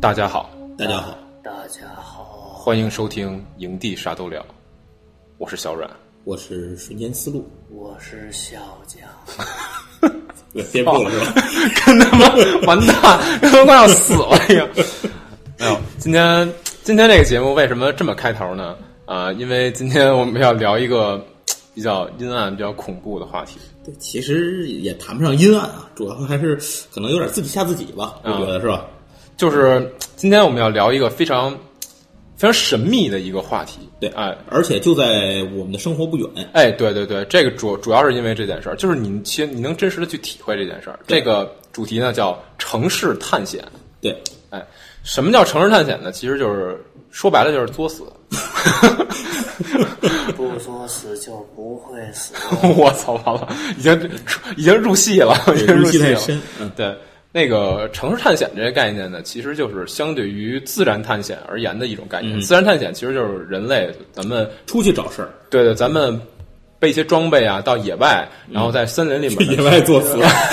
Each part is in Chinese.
大家好，大家好，大家好，欢迎收听《营地啥都聊》，我是小阮。我是瞬间思路，我是小蒋。憋不住了是 吧？真他妈完蛋，他妈快要死了呀！哎呦，今天今天这个节目为什么这么开头呢？啊、因为今天我们要聊一个比较阴暗、比较恐怖的话题。对，其实也谈不上阴暗啊，主要还是可能有点自己吓自己吧，啊我觉得是吧？就是今天我们要聊一个非常非常神秘的一个话题。对哎而且就在我们的生活不远，哎，对对对，这个主主要是因为这件事儿，就是你其实你能真实的去体会这件事儿。这个主题呢叫城市探险。对，哎，什么叫城市探险呢？其实就是说白了就是作死。 不作死就不会死。我操，完了，已经已经入戏了，已经入戏戏太了。深，嗯，对，那个城市探险这个概念呢，其实就是相对于自然探险而言的一种概嗯念。自然探险其实就是人类咱们出去找事儿，对对，咱们备一些装备啊，到野外，然后在森林里面去野外作 死，这个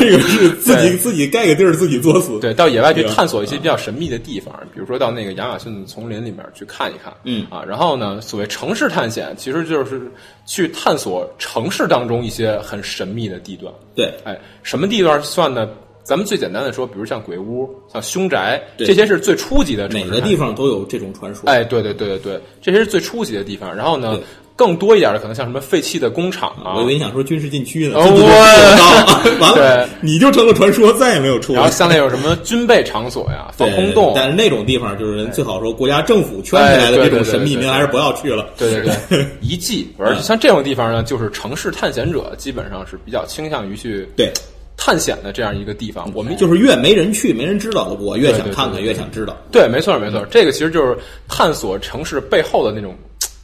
这个是自己对自己盖个地儿自己作死，对，到野外去对吧探索一些比较神秘的地方，比如说到那个亚马逊丛林里面去看一看，嗯啊，然后呢，所谓城市探险，其实就是去探索城市当中一些很神秘的地段。对哎，什么地段算呢？咱们最简单的说，比如像鬼屋、像凶宅，对这些是最初级的城每市个探地险。方都有这种传说，哎，对对对对对，这些是最初级的地方。然后呢对，更多一点的可能像什么废弃的工厂啊，我以为你想说军事禁区呢，哦自己作 死完了对你就成了传说，再也没有出来。然后像那有什么军备场所呀、防对空洞，啊但是那种地方就是人最好说国家政府圈起来的哎对这对种对神秘对对名，还是不要去了。对对对， 遗迹。而像这种地方呢，就是城市探险者基本上是比较倾向于去 对，探险的这样一个地方。我们就是越没人去、没人知道的，我越对想对看看，对越想知道。对，没错没错，这个其实就是探索城市背后的那种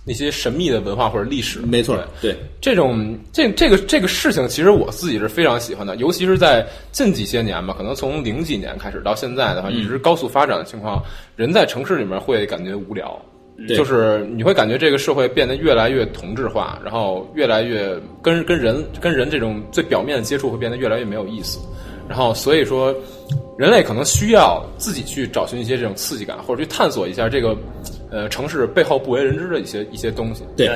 那些神秘的文化或者历史。没错，对，这种这这个这个事情，其实我自己是非常喜欢的，尤其是在近几些年吧，可能从零几年开始到现在的话，一直高速发展的情况，人在城市里面会感觉无聊。对就是你会感觉这个社会变得越来越同质化，然后越来越跟跟人跟人这种最表面的接触会变得越来越没有意思，然后所以说，人类可能需要自己去找寻一些这种刺激感，或者去探索一下这个呃城市背后不为人知的一些一些东西。对，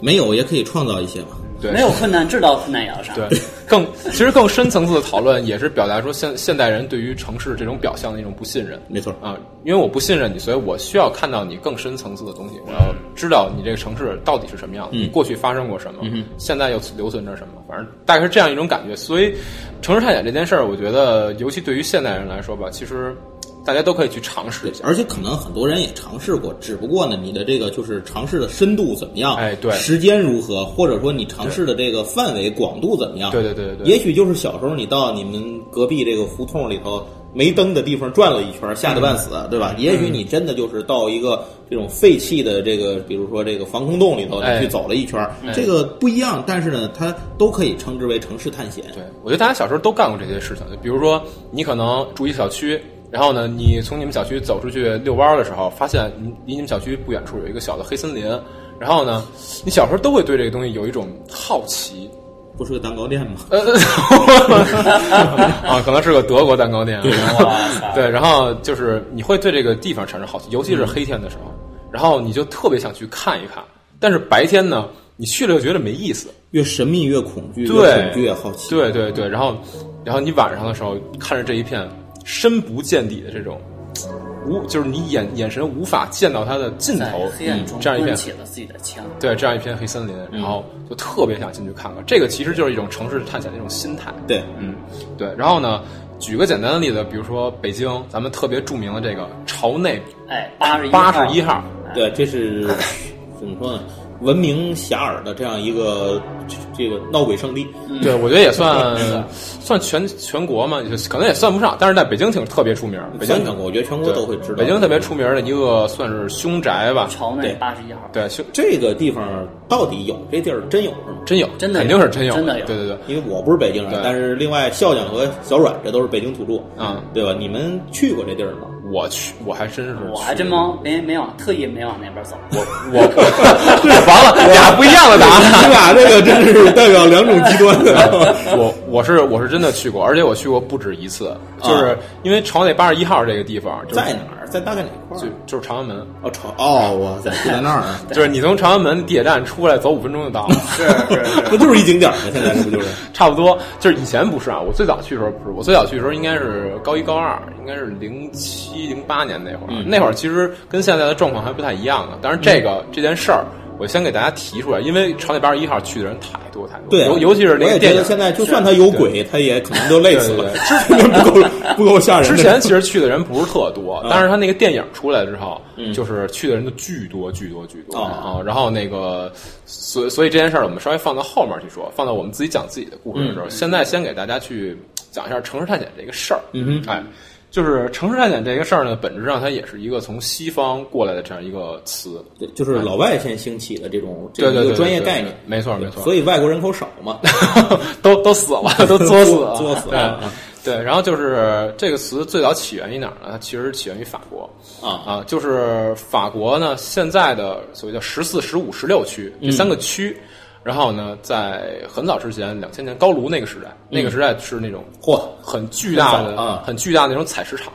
没有也可以创造一些嘛。 对没有困难制造困难也要上。对，更其实更深层次的讨论也是表达出现现代人对于城市这种表象的一种不信任没错，啊，因为我不信任你，所以我需要看到你更深层次的东西，我要知道你这个城市到底是什么样，你过去发生过什么，现在又留存着什么，反正大概是这样一种感觉。所以，城市探险这件事儿，我觉得尤其对于现代人来说吧，其实大家都可以去尝试一下。而且可能很多人也尝试过，只不过呢，你的这个就是尝试的深度怎么样？哎对时间如何？或者说你尝试的这个范围广度怎么样？对对对对对也许就是小时候你到你们隔壁这个胡同里头没灯的地方转了一圈，吓得半死，嗯对吧？也许你真的就是到一个这种废弃的这个，比如说这个防空洞里头，哎你去走了一圈，这个不一样，但是呢，它都可以称之为城市探险。对，我觉得大家小时候都干过这些事情，就比如说你可能住一小区，然后呢，你从你们小区走出去遛弯儿的时候，发现你离你们小区不远处有一个小的黑森林，然后呢，你小时候都会对这个东西有一种好奇。不是个蛋糕店吗？呃， 啊，可能是个德国蛋糕店啊。哇 塞！对，然后就是你会对这个地方产生好奇，尤其是黑天的时候，然后你就特别想去看一看。但是白天呢，你去了又觉得没意思，越神秘越恐惧，越对恐惧越好奇。对对对，然后然后你晚上的时候看着这一片深不见底的这种无，就是你眼眼神无法见到它的尽在头，嗯黑暗中这样一抡片起了嗯自己的枪。对这样一片黑森林，然后就特别想进去看看。这个其实就是一种城市探险的一种心态。对，嗯，对。然后呢，举个简单的例子，比如说北京，咱们特别著名的这个朝内哎，八十一八十一号，对，这是怎么说呢？闻名遐迩的这样一个这这个闹鬼圣地，嗯对我觉得也算 算全全国嘛，就是可能也算不上，但是在北京挺特别出名。北京香港我觉得全国对都会知道。北京特别出名的一个算是凶宅吧，朝内对八十一号。对，凶这个地方到底有这地儿真有是吗？真有，真的有肯定是真有，真的有对对对，因为我不是北京人对，但是另外笑匠和小阮这都是北京土著，嗯对吧？你们去过这地儿吗？我去，我还真是去，我还真没没没往特意没往那边走，我我完了，俩不一样的 答案。 你俩这个真是代表两种极端的。我我是我是真的去过，而且我去过不止一次，就是因为朝那八十一号这个地方，就是在哪儿？在大概哪块就儿？就是长安门，哦，朝哦，我在就在那儿啊 呢，就是你从长安门地铁站出来走五分钟就到了，是是是， 不就是一景点儿吗？现在这不就是？ 差不多。就是以前不是啊，我最早去的时候不是，我最早去的时候应该是高一高二，应该是零七零八年那会嗯儿，那会儿其实跟现在的状况还不太一样呢。但是这嗯个、这件事儿。我先给大家提出来，因为朝那八十一号去的人太多太多，对，啊尤尤其是那我个也电觉影得，现在就算他有鬼，他也可能都累死 了，不够不够吓人 之的。前其实去的人不是特多，但是他那个电影出来之后，嗯就是去的人就巨多巨多巨多哦啊。然后那个，所以所以这件事儿我们稍微放到后面去说，放到我们自己讲自己的故事的时候，现在先给大家去讲一下城市探险这个事儿。嗯哎，就是城市探险这个事儿呢，本质上它也是一个从西方过来的这样一个词。哼，就是老外先兴起的这种这对种对一对，个专业对概念，，对没错没错。所以外国人口少嘛。都都死 了，都 作死了，作死了啊对。对，然后就是这个词最早起源于哪儿呢？它其实起源于法国啊啊，就是法国呢现在的所谓的十四、十五、十六区这三个嗯区。然后呢，在很早之前，两千年高卢那个时代，那个时代是那种嚯很巨大嗯很的、早啊很巨大的那种采石场，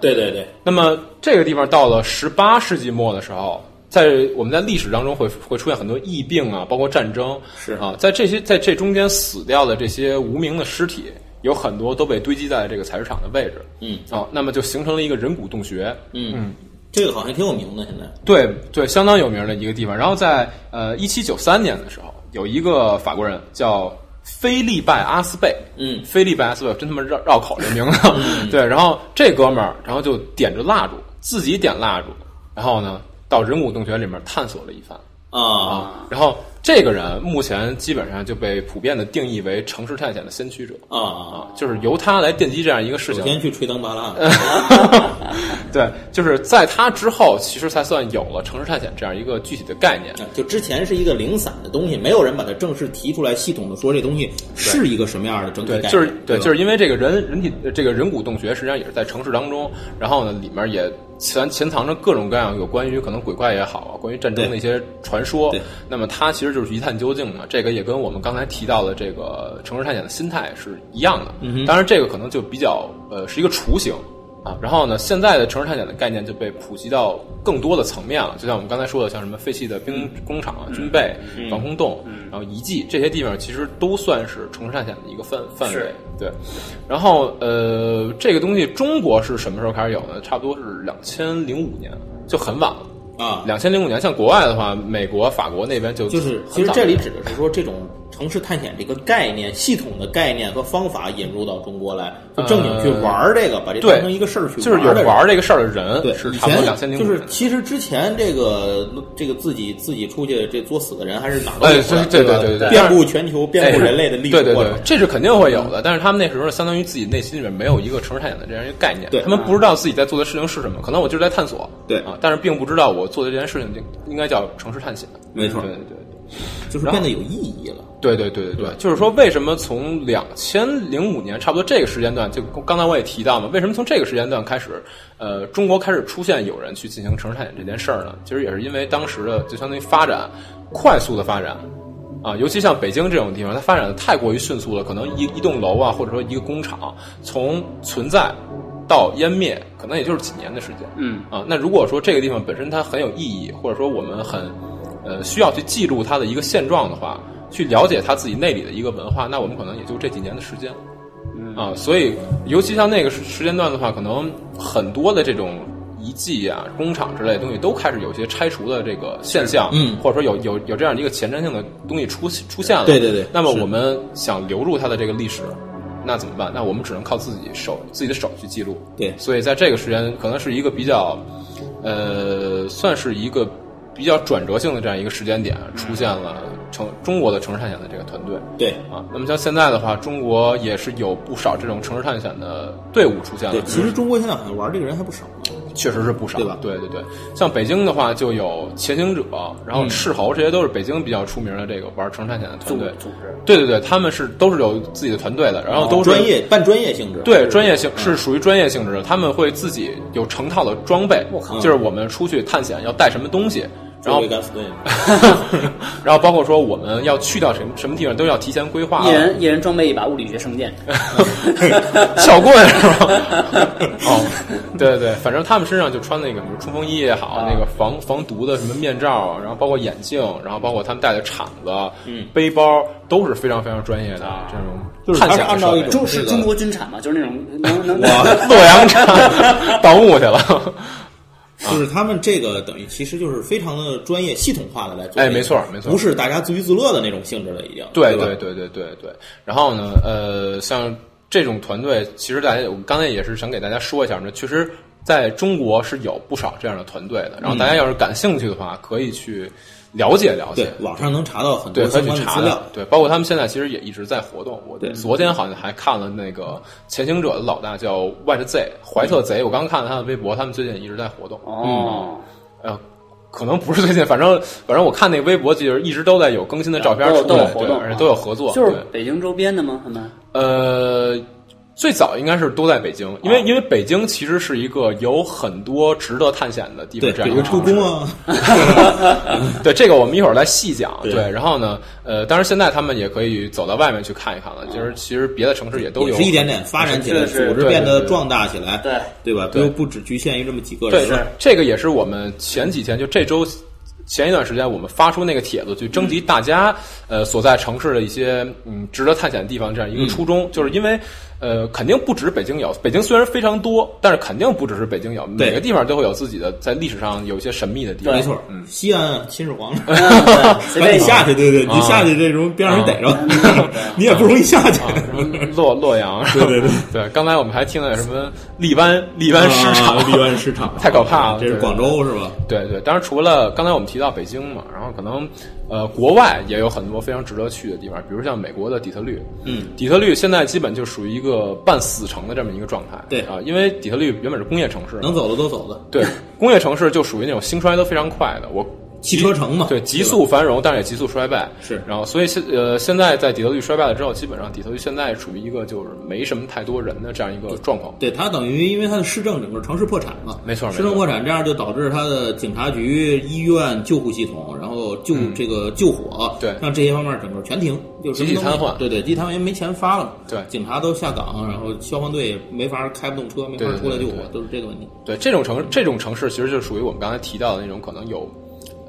对对对，那么这个地方到了十八世纪末的时候，在我们在历史当中会会出现很多疫病啊，包括战争是啊，在这些在这中间死掉的这些无名的尸体，有很多都被堆积在这个采石场的位置，嗯啊，那么就形成了一个人骨洞穴，嗯，这个好像挺有名的，现在对对，相当有名的一个地方。然后在呃一七九三年的时候，有一个法国人叫菲利拜·阿斯贝，嗯菲利拜·阿斯贝，真他妈绕绕口这名字。 对，然后这哥们儿，然后就点着蜡烛，自己点蜡烛，然后呢到人骨洞穴里面探索了一番啊啊。然后这个人目前基本上就被普遍的定义为城市探险的先驱者啊啊！啊，就是由他来奠基这样哎一个事首情。先去吹灯拔蜡，对，就是在他之后，其实才算有了城市探险这样一个具体的概念。就之前是一个零散的东西，没有人把它正式提出来，系统的说这东西是一个什么样的整体概对，念，就是对，吧就是因为这个人人体这个人骨洞穴实际上也是在城市当中，然后呢，里面也潜潜藏着各种各样有关于可能鬼怪也好啊，关于战争的一些传说对。那么它其实就是一探究竟的，这个也跟我们刚才提到的这个城市探险的心态是一样的。嗯当然这个可能就比较呃是一个雏形。啊，然后呢，现在的城市探险的概念就被普及到更多的层面了。就像我们刚才说的，像什么废弃的兵工厂啊、嗯军备、防空洞，然后遗迹这些地方，其实都算是城市探险的一个范范围是。对，然后呃，这个东西中国是什么时候开始有呢？差不多是两千零五年，就很晚了。啊，两千零五年，像国外的话，美国、法国那边就就是其很实早这里就指的是说，这种城市探险这个概念、系统的概念和方法引入到中国来，就正经去玩儿这个，把这呃对当成一个事儿去就是有的人玩儿这个事儿的人，对，是以差不多两千前零五就年。是其实之前这个这个自己自己出去这作死的人还是哪儿都哎有的，对对吧对对对哎遍布全球，遍布人类的历对史对过对程。，这是肯定会有的。但是他们那时候相当于自己内心里面没有一个城市探险的这样一个概念，对他们不知道自己在做的事情是什么，可能我就是在探索，对啊，但是并不知道我做的这件事情应应该叫城市探险，没错对对对。就是变得有意义了。对对对对对，就是说，为什么从两千零五年差不多这个时间段，就刚才我也提到嘛，为什么从这个时间段开始，呃，中国开始出现有人去进行城市探险这件事儿呢？其实也是因为当时的就相当于发展快速的发展。啊，尤其像北京这种地方，它发展的太过于迅速了，可能一一栋楼啊，或者说一个工厂，从存在到湮灭，可能也就是几年的时间。 嗯啊，那如果说这个地方本身它很有意义，或者说我们很呃需要去记录它的一个现状的话，去了解它自己内里的一个文化，那我们可能也就这几年的时间啊。所以，尤其像那个时时间段的话，可能很多的这种遗迹啊、工厂之类的东西都开始有些拆除的这个现象，嗯或者说有有有这样一个前瞻性的东西出出现了。对对对那么是我们想留住它的这个历史。那怎么办？那我们只能靠自己手自己的手去记录。对所以在这个时间可能是一个比较，呃，算是一个比较转折性的这样一个时间点，嗯出现了城中国的城市探险的这个团队对啊。那么像现在的话，中国也是有不少这种城市探险的队伍出现了嗯对，。其实中国现在好像玩这个人还不少呢。确实是不少，对吧对对对，像北京的话，就有潜行者，然后斥候，这些都是北京比较出名的这个玩城产险的团组队。组织，对对对，他们是都是有自己的团队的，然后都是哦专业半专业性质，对，专业性是属于专业性质的，他们会自己有成套的装备我靠，就是我们出去探险要带什么东西，然作后为干死队嘛， 然后包括说我们要去到什么什么地方都要提前规划一，人一人装备一把物理学 圣剑， 撬棍是吧？哦，对对，反正他们身上就穿那个什么冲锋衣也好，啊那个防防毒的什么面罩，啊然后包括眼镜，然后包括他们带的铲子、嗯背包都是非常非常专业的啊这种就是探他险的是按照一设备种中这是个中国军产嘛，就是那种 能能哇洛阳铲盗墓去 了。就是他们这个等于其实就是非常的专业系统化的来做，哎没错没错不是大家自娱自乐的那种性质了，已经，对吧对对对对对。然后呢，呃，像这种团队，其实大家我们刚才也是想给大家说一下呢，其实在中国是有不少这样的团队的。然后大家要是感兴趣的话，可以去了解了解嗯对，。网上能查到很对，多可以相去关的查资料的。，对，包括他们现在其实也一直在活动。我对昨天好像还看了那个潜行者的老大叫 White Z 怀特贼，我刚看了他的微博，他们最近也一直在活动。哦，呃，可能不是最近，反正反正我看那微博就是一直都在有更新的照片啊出来，都有都有活对动而啊且都有合作，就是对北京周边的吗？他们呃，最早应该是都在北京，哦因为、因为北京其实是一个有很多值得探险的地方对，，这比样一如个出城市宫啊， 对这个我们一会儿来细讲。对对，然后呢，呃，当然现在他们也可以走到外面去看一看了，就是其实别的城市也都也有。是一点点发展起来，是是组织对变对得对壮大起来，对对吧？对不不只局限于这么几个对人了，，这个也是我们前几天就这周。前一段时间，我们发出那个帖子，去征嗯集大家、呃所在城市的一些嗯值得探险的地方，这样嗯一个初衷，就是因为呃肯定不止北京有，北京虽然非常多，但是肯定不只是北京有，对每个地方都会有自己的在历史上有一些神秘的地方。没错，西安秦始皇。 嗯对随把便你一嗯下去，对对，嗯啊你下去这容易别让人逮着，你也不容易下啊去。啊洛洛阳，对 对对 对，刚才我们还听到有什么荔湾荔湾市场，啊荔湾市场太可怕了这是对广州是吧？ 对对，当然除了刚才我们提到北京嘛，然后可能呃国外也有很多非常值得去的地方，比如像美国的底特律，嗯，底特律现在基本就属于一个半死城的这么一个状态，对嗯啊，因为底特律原本是工业城市嘛，能走的都走了， 对工业城市就属于那种兴衰都非常快的，我。汽车城嘛，对，极速繁荣，但是也急速衰败。是然后所以现呃，现在在底特律衰败了之后，基本上底特律现在处于一个就是没什么太多人的这样一个状况。对它等于因为它的市政整个城市破产了，没错没错市政破产这样就导致它的警察局、医院、救护系统，然后救这个救火，嗯对让这些方面整个全停，就什么集体都没有瘫痪对对，集体瘫痪，因为没钱发了嘛，对警察都下岗，然后消防队也没法开不动车，没法对对出来对救火对，都是这个问题。对，这种城这种城市其实就属于我们刚才提到的那种可能有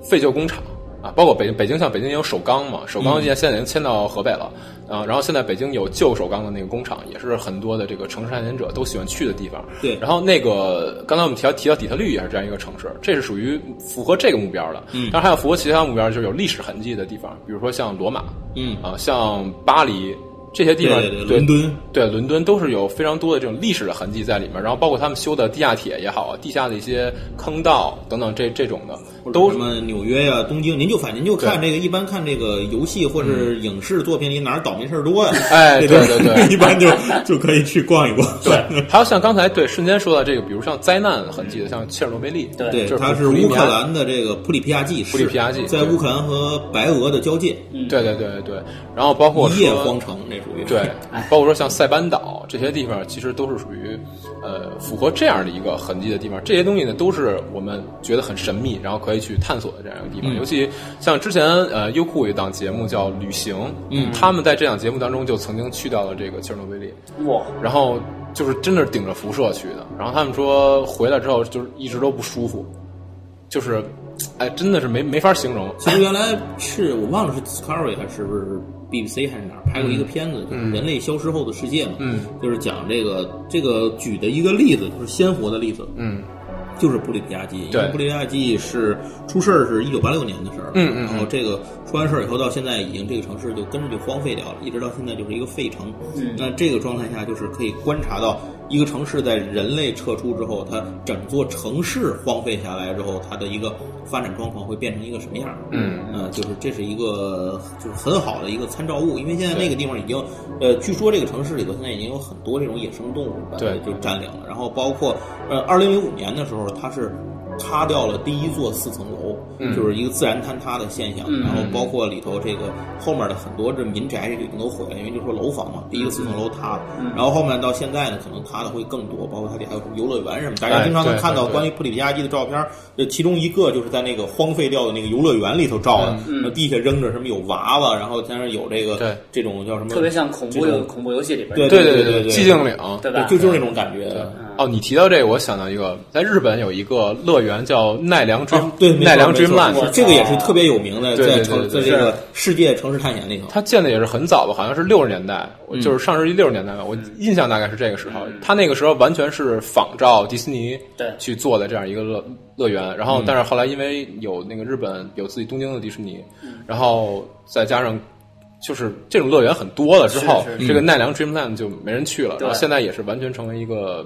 废旧工厂啊，包括北北京，像北京也有首钢嘛，首嗯钢现在现在已经迁到河北了啊，然后现在北京有旧首钢的那个工厂，也是很多的这个城市探险者都喜欢去的地方。对然后那个刚才我们提到提到底特律也是这样一个城市，这是属于符合这个目标的，嗯，当然还有符合其他目标，就是有历史痕迹的地方，比如说像罗马，嗯啊，像巴黎。这些地方，对对对伦敦对，伦敦都是有非常多的这种历史的痕迹在里面，然后包括他们修的地下铁也好，啊地下的一些坑道等等这这种的，都都什么纽约呀、东京，您就反正您就看对这个，一般看这个游戏或者是影视作品里哪儿倒霉事儿多呀、哎这种 对对对 一般就就可以去逛一逛。对。还有像刚才对瞬间说到这个，比如像灾难痕迹的，像切尔诺贝利，对对，就是它是普利乌皮克亚兰的这个普里皮亚季市，普里皮亚季在对乌克兰和白俄的交界，对对对对对。然后包括一夜说荒城，那属于对， 包括说像塞班岛这些地方，其实都是属于呃符合这样的一个痕迹的地方。这些东西呢，都是我们觉得很神秘，然后可以去探索的这样一个地方。尤其像之前呃优酷有一档节目叫《旅行》，嗯，他们在这档节目当中就曾经去到了这个切尔诺贝利，哇，然后就是真的是顶着辐射去的。然后他们说回来之后就是一直都不舒服，就是哎真的是没没法形容。其实原来是我忘了是 Discovery 还是不是 BBC 还是哪儿拍过一个片子，就是《人类消失后的世界》嘛，嗯，就是讲这个这个举的一个例子，就是鲜活的例子，嗯，就是布里皮亚季，因对为布里皮亚季是出事儿是一九八六年的事儿，嗯嗯嗯然后这个出完事儿以后到现在已经这个城市就跟着就荒废掉了，一直到现在就是一个废城。嗯那这个状态下就是可以观察到一个城市在人类撤出之后，它整座城市荒废下来之后，它的一个发展状况会变成一个什么样？嗯，呃，就是这是一个就是很好的一个参照物，因为现在那个地方已经，呃，据说这个城市里头现在已经有很多这种野生动物把它对就占领了，然后包括呃，二零零五年的时候，它是塌掉了第一座四层楼，嗯就是一个自然坍塌的现象，嗯然后包括里头这个后面的很多这民宅这个都毁了，因为就说楼房嘛，第一个四层楼塌了，然后后面到现在呢，可能塌的会更多，包括它里还有什么游乐园什么，大家哎经常能对看到对对关于普里皮亚基的照片儿，呃，其中一个就是在那个荒废掉的那个游乐园里头照的，那地下扔着什么有娃娃，然后加上有这个嗯对这种叫什么，特别像恐怖这游种恐怖游戏里边儿，对对对对对对寂静岭。对吧？就就是那种感觉。哦，你提到这个，我想到一个，在日本有一个乐园叫奈良 Dream，、啊，对，没哦错奈良没错没 Dreamland，错这个也是特别有名的，对在对城在对对这个世界城市探险里头。它建的也是很早吧，好像是六十年代，我就是上世纪六十年代吧，我印象大概是这个时候。它那个时候完全是仿照迪士尼对去做的这样一个乐乐园，然后但是后来因为有那个日本有自己东京的迪士尼，然后再加上。就是这种乐园很多了之后是，这个奈良 Dreamland 就没人去了，对然后现在也是完全成为一个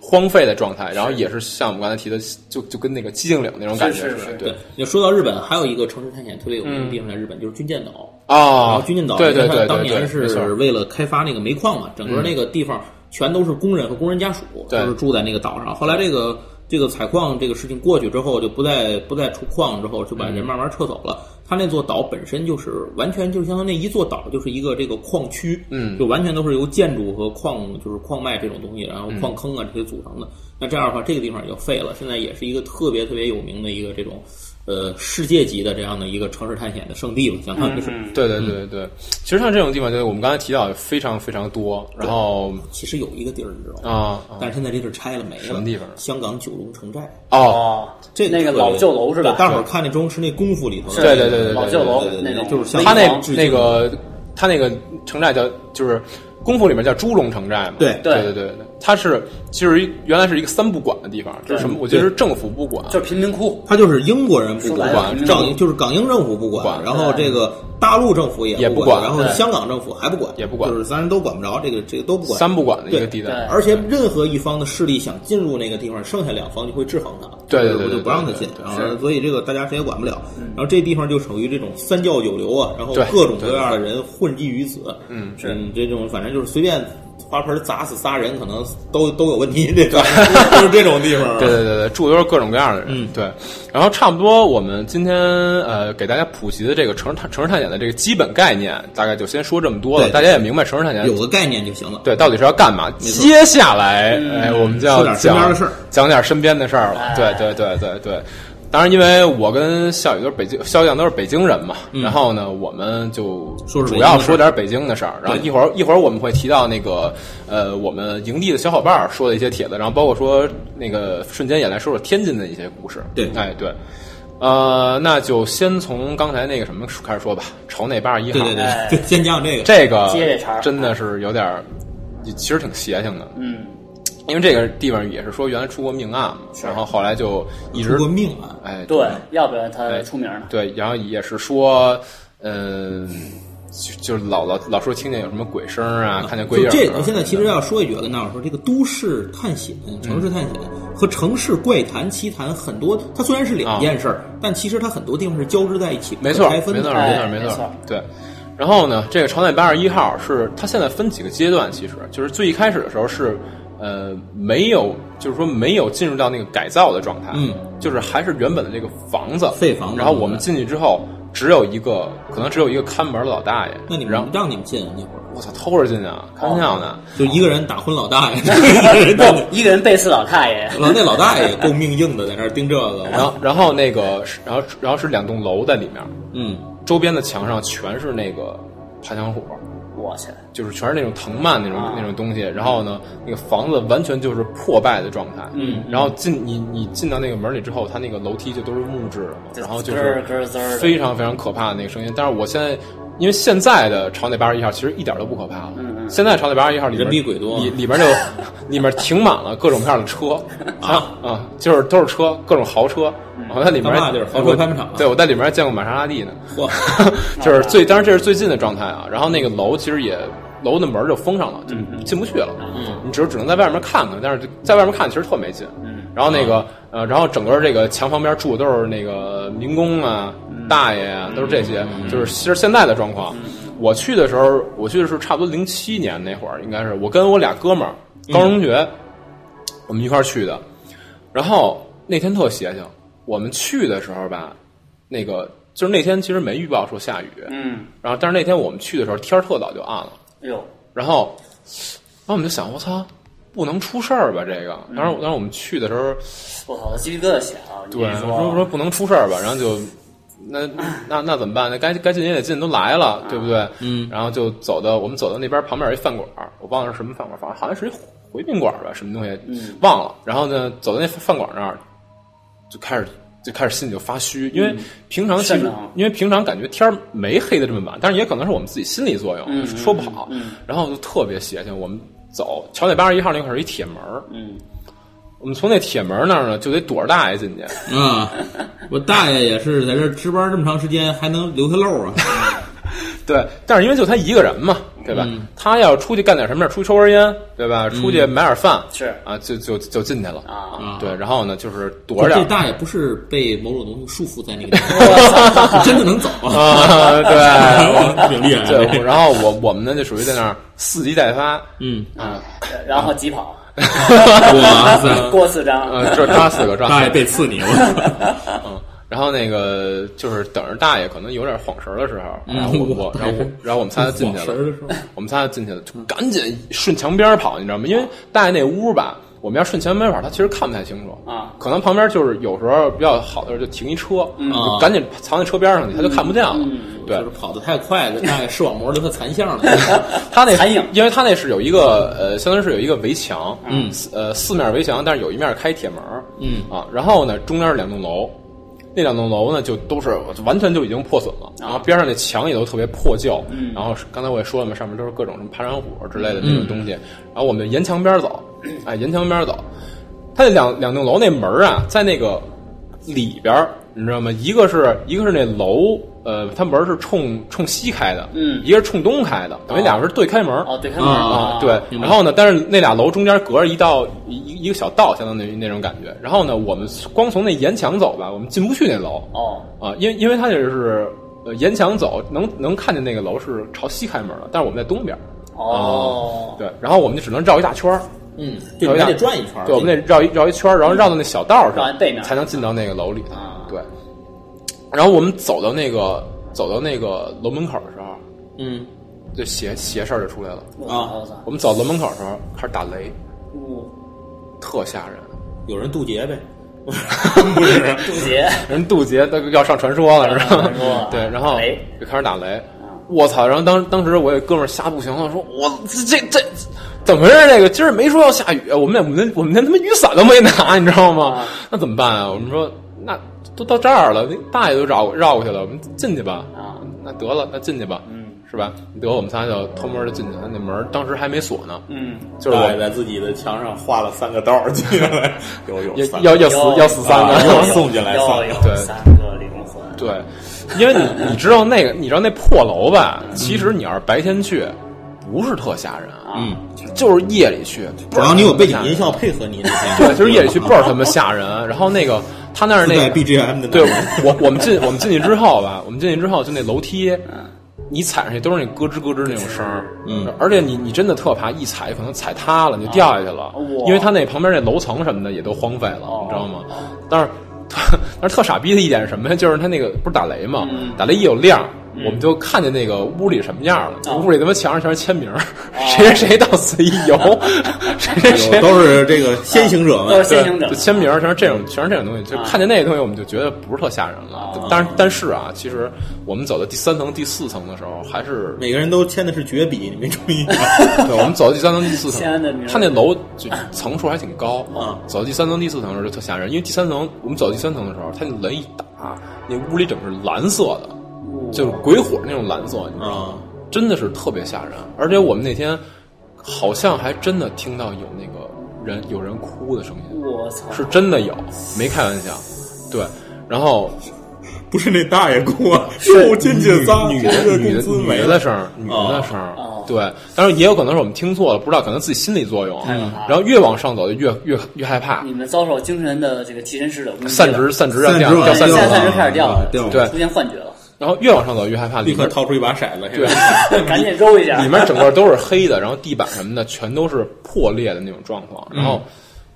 荒废的状态，然后也是像我们刚才提的，就就跟那个寂静岭那种感觉是是似的，是对嗯你说到日本，还有一个城市探险特别有名的地方在日本，就是军舰岛。哦然啊后，军舰岛，对对因为对它对，当年对没错是为了开发那个煤矿嘛，整个那个地方全都是工人和工人家属，嗯对都是住在那个岛上。后来这个这个采矿这个事情过去之后，就不再不再出矿之后，就把人慢慢撤走了。它那座岛本身就是完全就是相当于那一座岛就是一个这个矿区，嗯就完全都是由建筑和矿就是矿脉这种东西，然后矿坑啊这些组成的。那这样的话，这个地方也就废了。现在也是一个特别特别有名的一个这种。呃，世界级的这样的一个城市探险的圣地吧，想看就是嗯对对对对对，其实像这种地方，就是我们刚才提到的非常非常多，然后其实有一个地儿，你知道吗？啊但是现在这地儿拆了没了。什么地方啊香港九龙城寨，哦，哦，这那个特别老旧楼是吧对大伙儿看那周星驰那功夫里头的对对那个，对对对老旧楼对对对那种，就是像他那致敬那个他那个城寨叫就是功夫里面叫猪笼城寨嘛，对对对对对，它是其实原来是一个三不管的地方，就是什么？我觉得是政府不管，就是贫民窟，他就是英国人不说白管，了港政府就是港英政府不嗯不管嗯管，然后这个大陆政府也也不管管，然后对香港政府还不管，也不管就是咱都管不着，这个这个都不管。三不管的一个地带对。而且任何一方的势力想进入那个地方，剩下两方就会制衡他，对对对就是对就不让他对进对。嗯然后，所以这个大家谁也管不了。然后这地方就属于这种三教九流啊，然后对各种各样的人混迹于此。嗯是嗯，这种反正就是随便花盆砸死仨人，可能都都有问题。这个 就是这种地方啊。对对对对，住的都是各种各样的人。嗯对。然后差不多，我们今天呃给大家普及的这个城市探城市探险的这个基本概念，大概就先说这么多了。对对大家也明白城市探险有个概念就行了。对，到底是要干嘛？错嗯接下来，哎，我们就要说点身边讲的事儿哎讲点身边的事儿了。对对对对对。当然，因为我跟笑宇都是北京，肖将都是北京人嘛，然后呢，我们就嗯说说主北京要的事儿说点北京的事儿。然后对一会儿一会儿我们会提到那个呃，我们营地的小伙伴儿说的一些帖子，然后包括说那个瞬间也来说说天津的一些故事。对哎对，呃，那就先从刚才那个什么开始说吧，朝内八十一号。对对哎对，就先讲这个。这个接这茬儿真的是有点儿，其实挺邪性的，嗯，因为这个地方也是说原来出过命案嘛，然后后来就一直出过命案、哎对，要不然他哎出名 了，对，然后也是说，嗯、就就是老老老说听见有什么鬼声儿啊，看见鬼影嗯就儿啊。这个，我现在其实要说一句，啊我跟大伙儿说，这个都市探险、城嗯市探险和城市怪谈、奇谈很多，它虽然是两件事儿，但其实它很多地方是交织在一起，啊没错，不可没错，拆分的没错，哎没没错错，对。然后呢，这个朝鲜八十一号是它现在分几个阶段，其实就是最一开始的时候是呃没有，就是说没有进入到那个改造的状态，嗯，就是还是原本的这个房子废房子然后我们进去之后，只有一个可能只有一个看门的老大爷，那你然们后让你们进啊那会儿，我操偷着进去啊，开玩笑呢，就一个人打昏老大爷，一个人一个人背刺老太爷， 老那老大爷也够命硬的，在那儿盯这个。然后然后那个是然后然后是两栋楼在里面，嗯，周边的墙上全是那个爬墙虎，我去，就是全是那种藤蔓那种、啊那种东西，然后呢，那个房子完全就是破败的状态。嗯，然后进你你进到那个门里之后，它那个楼梯就都是木质的嘛，这然后就滋是儿滋儿滋儿的非常非常可怕的那个声音。但是我现在因为现在的朝内八十一号其实一点都不可怕了，嗯嗯现在朝内八十一号里边人比鬼多里里边就里面停满了各种各样的车 啊啊，就是都是车，各种豪车。嗯然后在里面他妈就是豪车拍卖场啊对我在里面还见过玛莎拉蒂呢。嚯， 就是最，当然这是最近的状态啊。然后那个楼其实也楼的门就封上了，就嗯进不去了。嗯你只只能在外面看看，但是在外面看其实特没劲。嗯，然后那个呃，然后整个这个墙旁边住的都是那个民工啊、大爷啊，都是这些，就是其实现在的状况。我去的时候，我去的是差不多零七年那会儿，应该是我跟我俩哥们儿高中同学，我们一块儿去的。然后那天特邪性，我们去的时候吧，那个就是那天其实没预报说下雨，嗯，然后但是那天我们去的时候天儿特早就暗了。哎呦，然后，然后我们就想，我操，不能出事儿吧？这个，当时，当时我们去的时候，我操，我鸡皮疙瘩起来了。你对，一说说不能出事儿吧，然后就，那那那怎么办？那该该进也得进，都来了，对不对？嗯，然后就走到我们走到那边旁边有一饭馆儿，我忘了是什么饭馆儿，反正好像是一回宾馆儿吧，什么东西，嗯忘了。然后呢，走到那饭馆那儿，就开始。就开始心里就发虚，因为嗯平常其是实的啊，因为平常感觉天儿没黑的这么晚，但是也可能是我们自己心理作用，嗯说不好。然后就特别邪性，我们走桥北八十一号那块儿有一铁门儿，嗯，我们从那铁门儿那儿呢就得躲着大爷进去，嗯啊，我大爷也是在这儿值班这么长时间，还能留下漏 啊？对，但是因为就他一个人嘛，对吧？嗯他要出去干点什么事儿，出去抽根烟，对吧？出去买点饭，是啊，就就就进去了。啊，啊，对，然后呢，就是躲着这点儿大爷不是被某种东西束缚在那个地 方，真的能走啊？啊， 对，挺厉害啊我的，对，然后我我们呢就属于在那儿伺机待发，嗯，然后疾跑，嗯哇塞，过四张，呃，就抓四个抓大四爷个，嗯被刺你， 我然后那个就是等着大爷可能有点晃神儿的时候，然后我我嗯然后我然后我们仨就进去晃了神，儿的时候我们仨就进去了，就赶紧顺墙边儿跑，你知道吗？因为大爷那屋吧，我们要顺墙边儿跑，他其实看不太清楚啊可能旁边就是有时候比较好的时候就停一车，嗯啊就赶紧藏在车边上去，他就看不见了。对就是跑得太快了，大爷视网膜留下残像了。 他那残影因为他那是有一个呃，相当于是有一个围墙，嗯，呃，四面围墙，但是有一面开铁门，嗯啊，然后呢，中间是两栋楼。那两栋楼呢，就都是完全就已经破损了，啊然后边上那墙也都特别破旧，嗯然后是刚才我也说了嘛，上面都是各种什么爬山虎之类的那种东西，然后我们就沿墙边儿走，哎，沿墙边儿走，它那两两栋楼那门儿啊，在那个里边儿，你知道吗？一个是一个是那楼，呃，它门儿是冲冲西开的，嗯一个是冲东开的，等于俩人是对开门儿。哦，对，开门啊，对，明白然后呢？但是那俩楼中间隔着一道一一一个小道，相当于那种感觉。然后呢，我们光从那沿墙走吧，我们进不去那楼哦，啊，因为因为它就是呃沿墙走，能能看见那个楼是朝西开门的，但是我们在东边儿。哦，对，然后我们就只能绕一大圈儿，嗯，对，你还得转一圈儿。对，我们得绕一绕一圈儿，然后绕到那小道啊绕上完背面，才能进到那个楼里头啊。对，然后我们走到那个走到那个楼门口的时候，嗯就邪邪事儿就出来了。我操我操，我们走到楼门口的时候开始打雷，嗯特吓人。有人渡劫呗， 不是渡劫，人渡劫都要上传说了，是上吧传说了？对，然后雷嗯就开始打雷。我操！然后当当时我有哥们儿吓不行了，说我这这怎么回事？这个今儿没说要下雨，我们连我们连我们连他妈雨伞都没拿，你知道吗啊？那怎么办啊？我们说那都到这儿了，那大爷都绕绕过去了，我们进去吧。啊，那得了，那进去吧，嗯是吧？得，我们仨就偷摸的进去了。那门儿当时还没锁呢，嗯，就是我在自己的墙上画了三个道儿进来，有有要要要死有要死三个，啊有要送进来有送对有三个灵魂，对，因为你你知道那个，你知道那破楼吧？其实你要是白天去，不是特吓人啊，嗯，就是夜里去，然后你有背景音影响，效配合你那天，对，就是夜里去倍儿他妈吓人。啊然后那个他那儿自带那个， BGM 的，对，我我们进我们进去之后吧，我们进去之后就那楼梯。嗯你踩上去都是那咯吱咯吱那种声儿，嗯，而且你你真的特怕一踩可能踩塌了你就掉下去了，哇因为他那旁边那楼层什么的也都荒废了，哦你知道吗？但是特但是特傻逼的一点是什么呀？就是他那个不是打雷嘛，嗯打雷一有亮，我们就看见那个屋里什么样了，啊屋里他妈墙上全是签名儿，哦谁谁谁到此一 游，谁谁谁。都是这个先行者都们是先行者对就，签名儿全是这种，全是这种东西。就啊看见那个东西，我们就觉得不是特吓人了啊。但是但是啊，其实我们走到第三层、第四层的时候，还是 每个人都签的是绝笔，你没注意？啊 对，我们走到第三层、第四层西安的名，儿它那楼就层数还挺高。嗯走到第三层、第四层的时候就特吓人，因为第三层我们走到第三层的时候，它那门一打，那屋里整个是蓝色的，就是鬼火那种蓝色，你知道吗？啊，嗯真的是特别吓人。而且我们那天好像还真的听到有那个人有人哭的声音，我操，是真的有，没开玩笑。对，然后不是那大爷公啊，又进去仨，女这的个女工的资女没的声儿，女的声儿哦，对，当然也有可能是我们听错了，不知道，可能自己心理作用太可嗯怕了。嗯然后越往上走就越越越害怕，你们遭受精神的这个替身式的攻击了散值散值啊要散值往下掉掉散对，值掉下了散值开始掉了，啊掉了对出现幻觉了，然后越往上走越害怕，立里刻面掏出一把骰子，对，赶紧揉一下里。面整个都是黑的，然后地板什么的全都是破裂的那种状嗯况，然后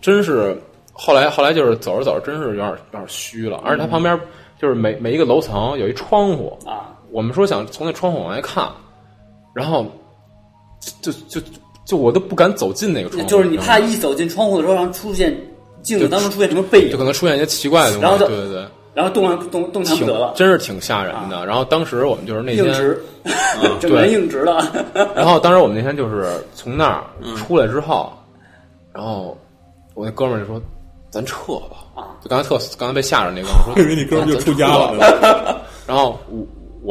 真是后来后来就是走着走着，真是有点有点虚了，而且它旁边就是每每一个楼层有一窗户，啊，我们说想从那窗户往外看，然后就就就就我都不敢走进那个窗户，就是你知道怕吗一走进窗户的时候，然后出现镜子当中出现什么背就影，可能出现一些奇怪的然东后西，就对对对，然后动弹动动弹不挺得了，啊真是挺吓人的。然后当时我们就是那硬天，直，啊 整个人硬直了。 然后当时我们那天就是从那儿出来之后，然后我那哥们儿就说：“咱撤吧。”啊就刚才特刚才被吓着那哥们儿 我以说为你 哥们就出家。咱撤吧了，然后我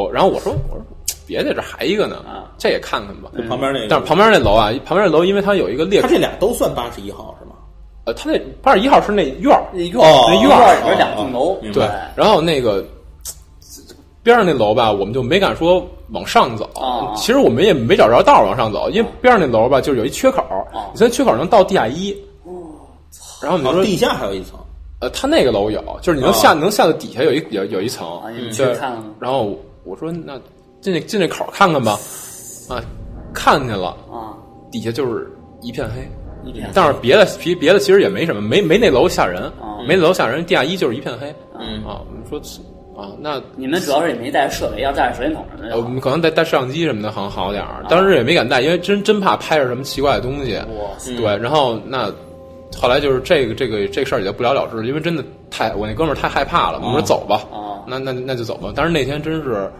我然后我说我说别介，这还一个呢啊，这也看看吧。旁边那但是个，旁边那楼啊，旁边那楼因为它有一个裂他口这俩都算八十一号是吗？呃，他那八十一号是那院儿，那院哦那院儿里边两栋楼，明白对，然后那个边上那楼吧，我们就没敢说往上走。哦其实我们也没找着道儿往上走，啊因为边上那楼吧，就是有一缺口，你从那缺口能到地下一。哦然后我们然哦就后说，地下还有一层，呃，他那个楼有，就是你能下、能下到底下有一有有一层，啊，你们去对看看吧。然后我说那进那进那口看看吧，啊，看见了，啊，底下就是一片黑。一片但是别的别别的其实也没什么，没没那楼吓人，嗯没那楼吓人，地下一就是一片黑。嗯啊，我们说啊，那你们主要是也没带设备，要带着手电筒什么的哦我就好。嗯呃们可能带带摄像机什么的好像好点儿，当时也没敢带，因为真真怕拍着什么奇怪的东西。哇塞，对，然后那后来就是这个这个这个事儿也就不了了之，因为真的太我那哥们儿太害怕了，我们说走吧，哦那那那就走吧。但是那天真是。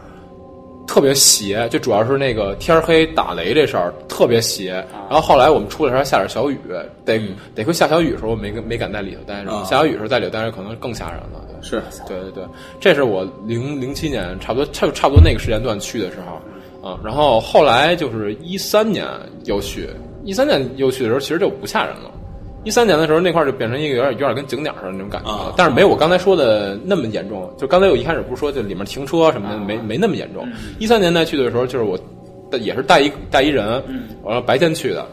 特别邪，就主要是那个天儿黑打雷这事儿特别邪。啊然后后来我们出来时候还下点小雨，得、嗯得亏下小雨的时候我没跟没敢在里头待着，啊下小雨的时候在里头待着可能更吓人了。对，是对对对，这是我零零七年差不多差差不多那个时间段去的时候啊，然后后来就是一三年又去，一三年又去的时候其实就不吓人了。一三年的时候，那块儿就变成一个有点有点跟景点儿似的那种感觉了，啊但是没有我刚才说的那么严重。就刚才我一开始不是说这里面停车什么的、没没那么严重。一三年再去的时候，就是我带也是带一带一人，完了白天去的，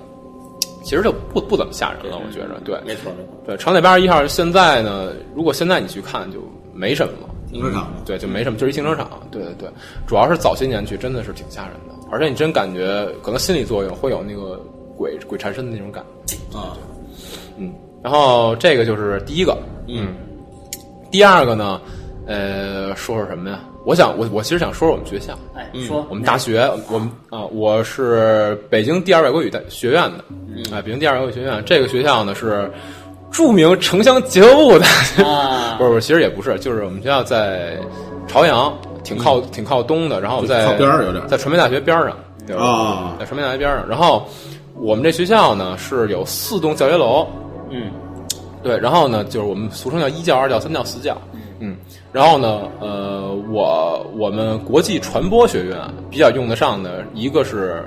其实就不不怎么吓人了，我觉着对。没错没错，对，长铁八十一号现在呢，如果现在你去看就没什么了，停车场对，就没什么，就是一停车场。对对对，主要是早些年去真的是挺吓人的，而且你真感觉可能心理作用会有那个鬼鬼缠身的那种感觉。啊，嗯，然后这个就是第一个，嗯，第二个呢，呃，说说什么呀？我想我我其实想说说我们学校，哎，嗯说我们大学，我们啊、我是北京第二外国语大学院的，嗯啊、北京第二外国语学院这个学校呢是著名城乡结合部的，啊哦 不，是不是，其实也不是，就是我们学校在朝阳，挺靠、挺靠东的，然后我们嗯在靠边儿有点儿在传媒大学边儿上，对吧啊在传媒大学边儿上，然后我们这学校呢是有四栋教学楼，嗯，对，然后呢，就是我们俗称叫一教、二教、三教、四教，嗯，然后呢，呃，我我们国际传播学院比较用得上的一个是，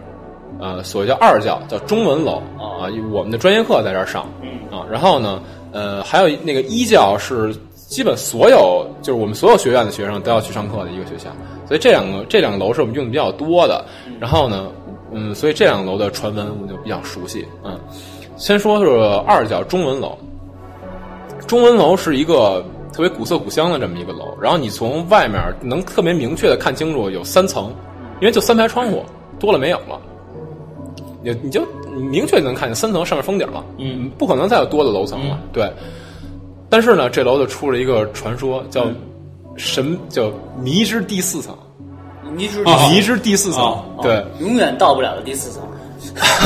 呃，所谓叫二教，叫中文楼哦啊，我们的专业课在这儿上嗯啊，然后呢，呃，还有一那个一教是基本所有就是我们所有学院的学生都要去上课的一个学校，所以这两个这两个楼是我们用的比较多的，然后呢，嗯，所以这两个楼的传闻我们就比较熟悉，嗯，先说说二教中文楼。中文楼是一个特别古色古香的这么一个楼，然后你从外面能特别明确的看清楚有三层，因为就三排窗户，多了没有了。你你就你明确能看见三层上面封顶了，嗯，不可能再有多的楼层嗯了，对。但是呢，这楼就出了一个传说，叫嗯神叫迷之第四层，迷之啊迷之第四层，啊对，永远到不了的第四层。不是，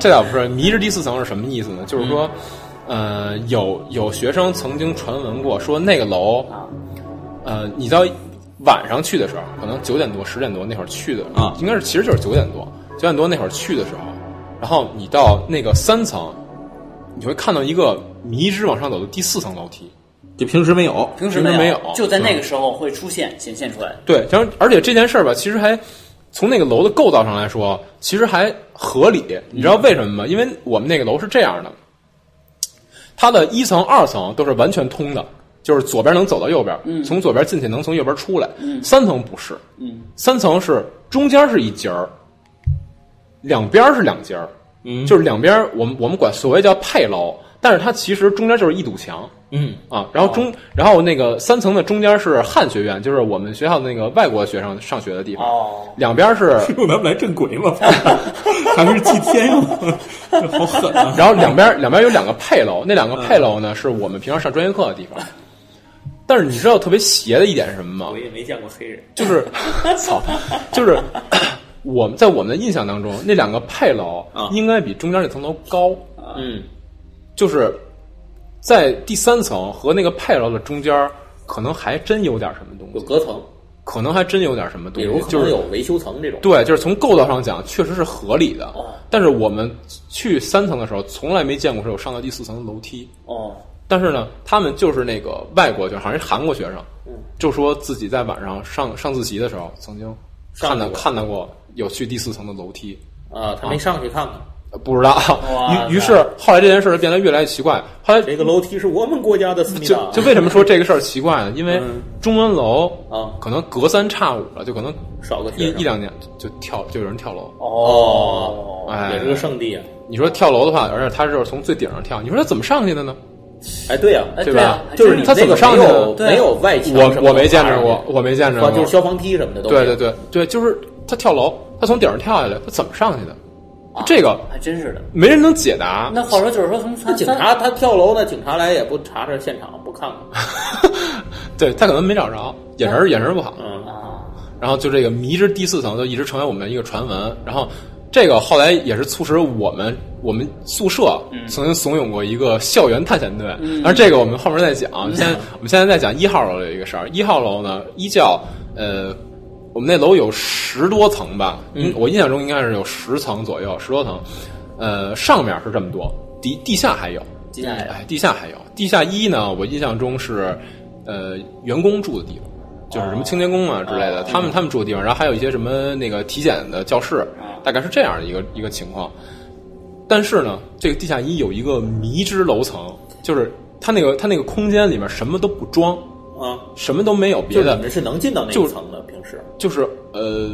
这这倒不是。迷之第四层是什么意思呢？就是嗯说，呃，有有学生曾经传闻过，说那个楼啊，呃，你到晚上去的时候，可能九点多、十点多那会儿去的啊应该是其实就是九点多，九点多那会儿去的时候，然后你到那个三层，你会看到一个迷之往上走的第四层楼梯。就平时没有，平时平时没有有，就在那个时候会出现显现出来。对，然后而且这件事儿吧，其实还从那个楼的构造上来说，其实还合理。你知道为什么吗？因为我们那个楼是这样的，它的一层、二层都是完全通的，就是左边能走到右边，从左边进去能从右边出来。三层不是，嗯三层是中间是一节儿，两边是两节儿，就是两边我们我们管所谓叫配楼，但是它其实中间就是一堵墙。嗯啊，然后中，然后那个三层的中间是汉学院，就是我们学校的那个外国学生上学的地方。哦，两 边是， 用咱们来镇鬼吗？ 还是祭天用？ 好狠啊！然后两边两边有两个配楼，那两个嗯配楼呢是我们平常上专业课的地方。但是你知道特别邪的一点是什么 吗我？也没见过黑人，就是 操，就是我们在我们的印象当中，那两个配楼啊应该比中间那层楼高，嗯，就是在第三层和那个配楼的中间，可能还真有点什么东有西，隔层，可能还真有点什么东有西，可就能是有维修层这种。对，就是从构造上讲，确实是合理的。哦但是我们去三层的时候，从来没见过说有上到第四层的楼梯。哦，但是呢，他们就是那个外国学生，好像是韩国学生，嗯就说自己在晚上上上自习的时候，曾经看到上过看到过有去第四层的楼梯，啊，他没上去看看，呃不知道。哇于于是后来这件事就变得越来越奇怪。后来这个楼梯是我们国家的思密就达。就为什么说这个事儿奇怪呢？因为嗯中文楼啊可能隔三差五了，就可能少个一学生一两年就跳就有人跳楼。哦，哎，也是个圣地啊！你说跳楼的话，而且他就是从最顶上跳，你说他怎么上去的呢？哎，对啊，哎，对吧对啊，就是你你他怎那么个上没去的有对没有外墙我什么我没能爬见着上过，去我没见着过，或就是消防梯什么的都没有对对对对，就是他跳楼，他从顶上跳下来，他怎么上去的？啊这个还真是的。没人能解答。那话说就是说，从那他警察他跳楼，那警察来也不查查现场，不看看。对他可能没找着，眼神眼神不好。嗯，啊，然后就这个迷之第四层就一直成为我们的一个传闻。然后这个后来也是促使我们我们宿舍曾经怂恿过一个校园探险队。但是这个我们后面再讲。现在我们现在在讲一号楼的一个事儿。一号楼呢，一教呃。我们那楼有十多层吧，嗯，我印象中应该是有十层左右，十多层，呃，上面是这么多，地地下还有，接下来哎，地下还有地下一呢，我印象中是呃员工住的地方。就是什么清洁工啊之类的，他们他们住的地方，然后还有一些什么那个体检的教室，大概是这样的一个一个情况。但是呢，这个地下一有一个迷之楼层，就是它那个它那个空间里面什么都不装，啊，什么都没有就别是你的，们是能进到那就一层的，平时就是呃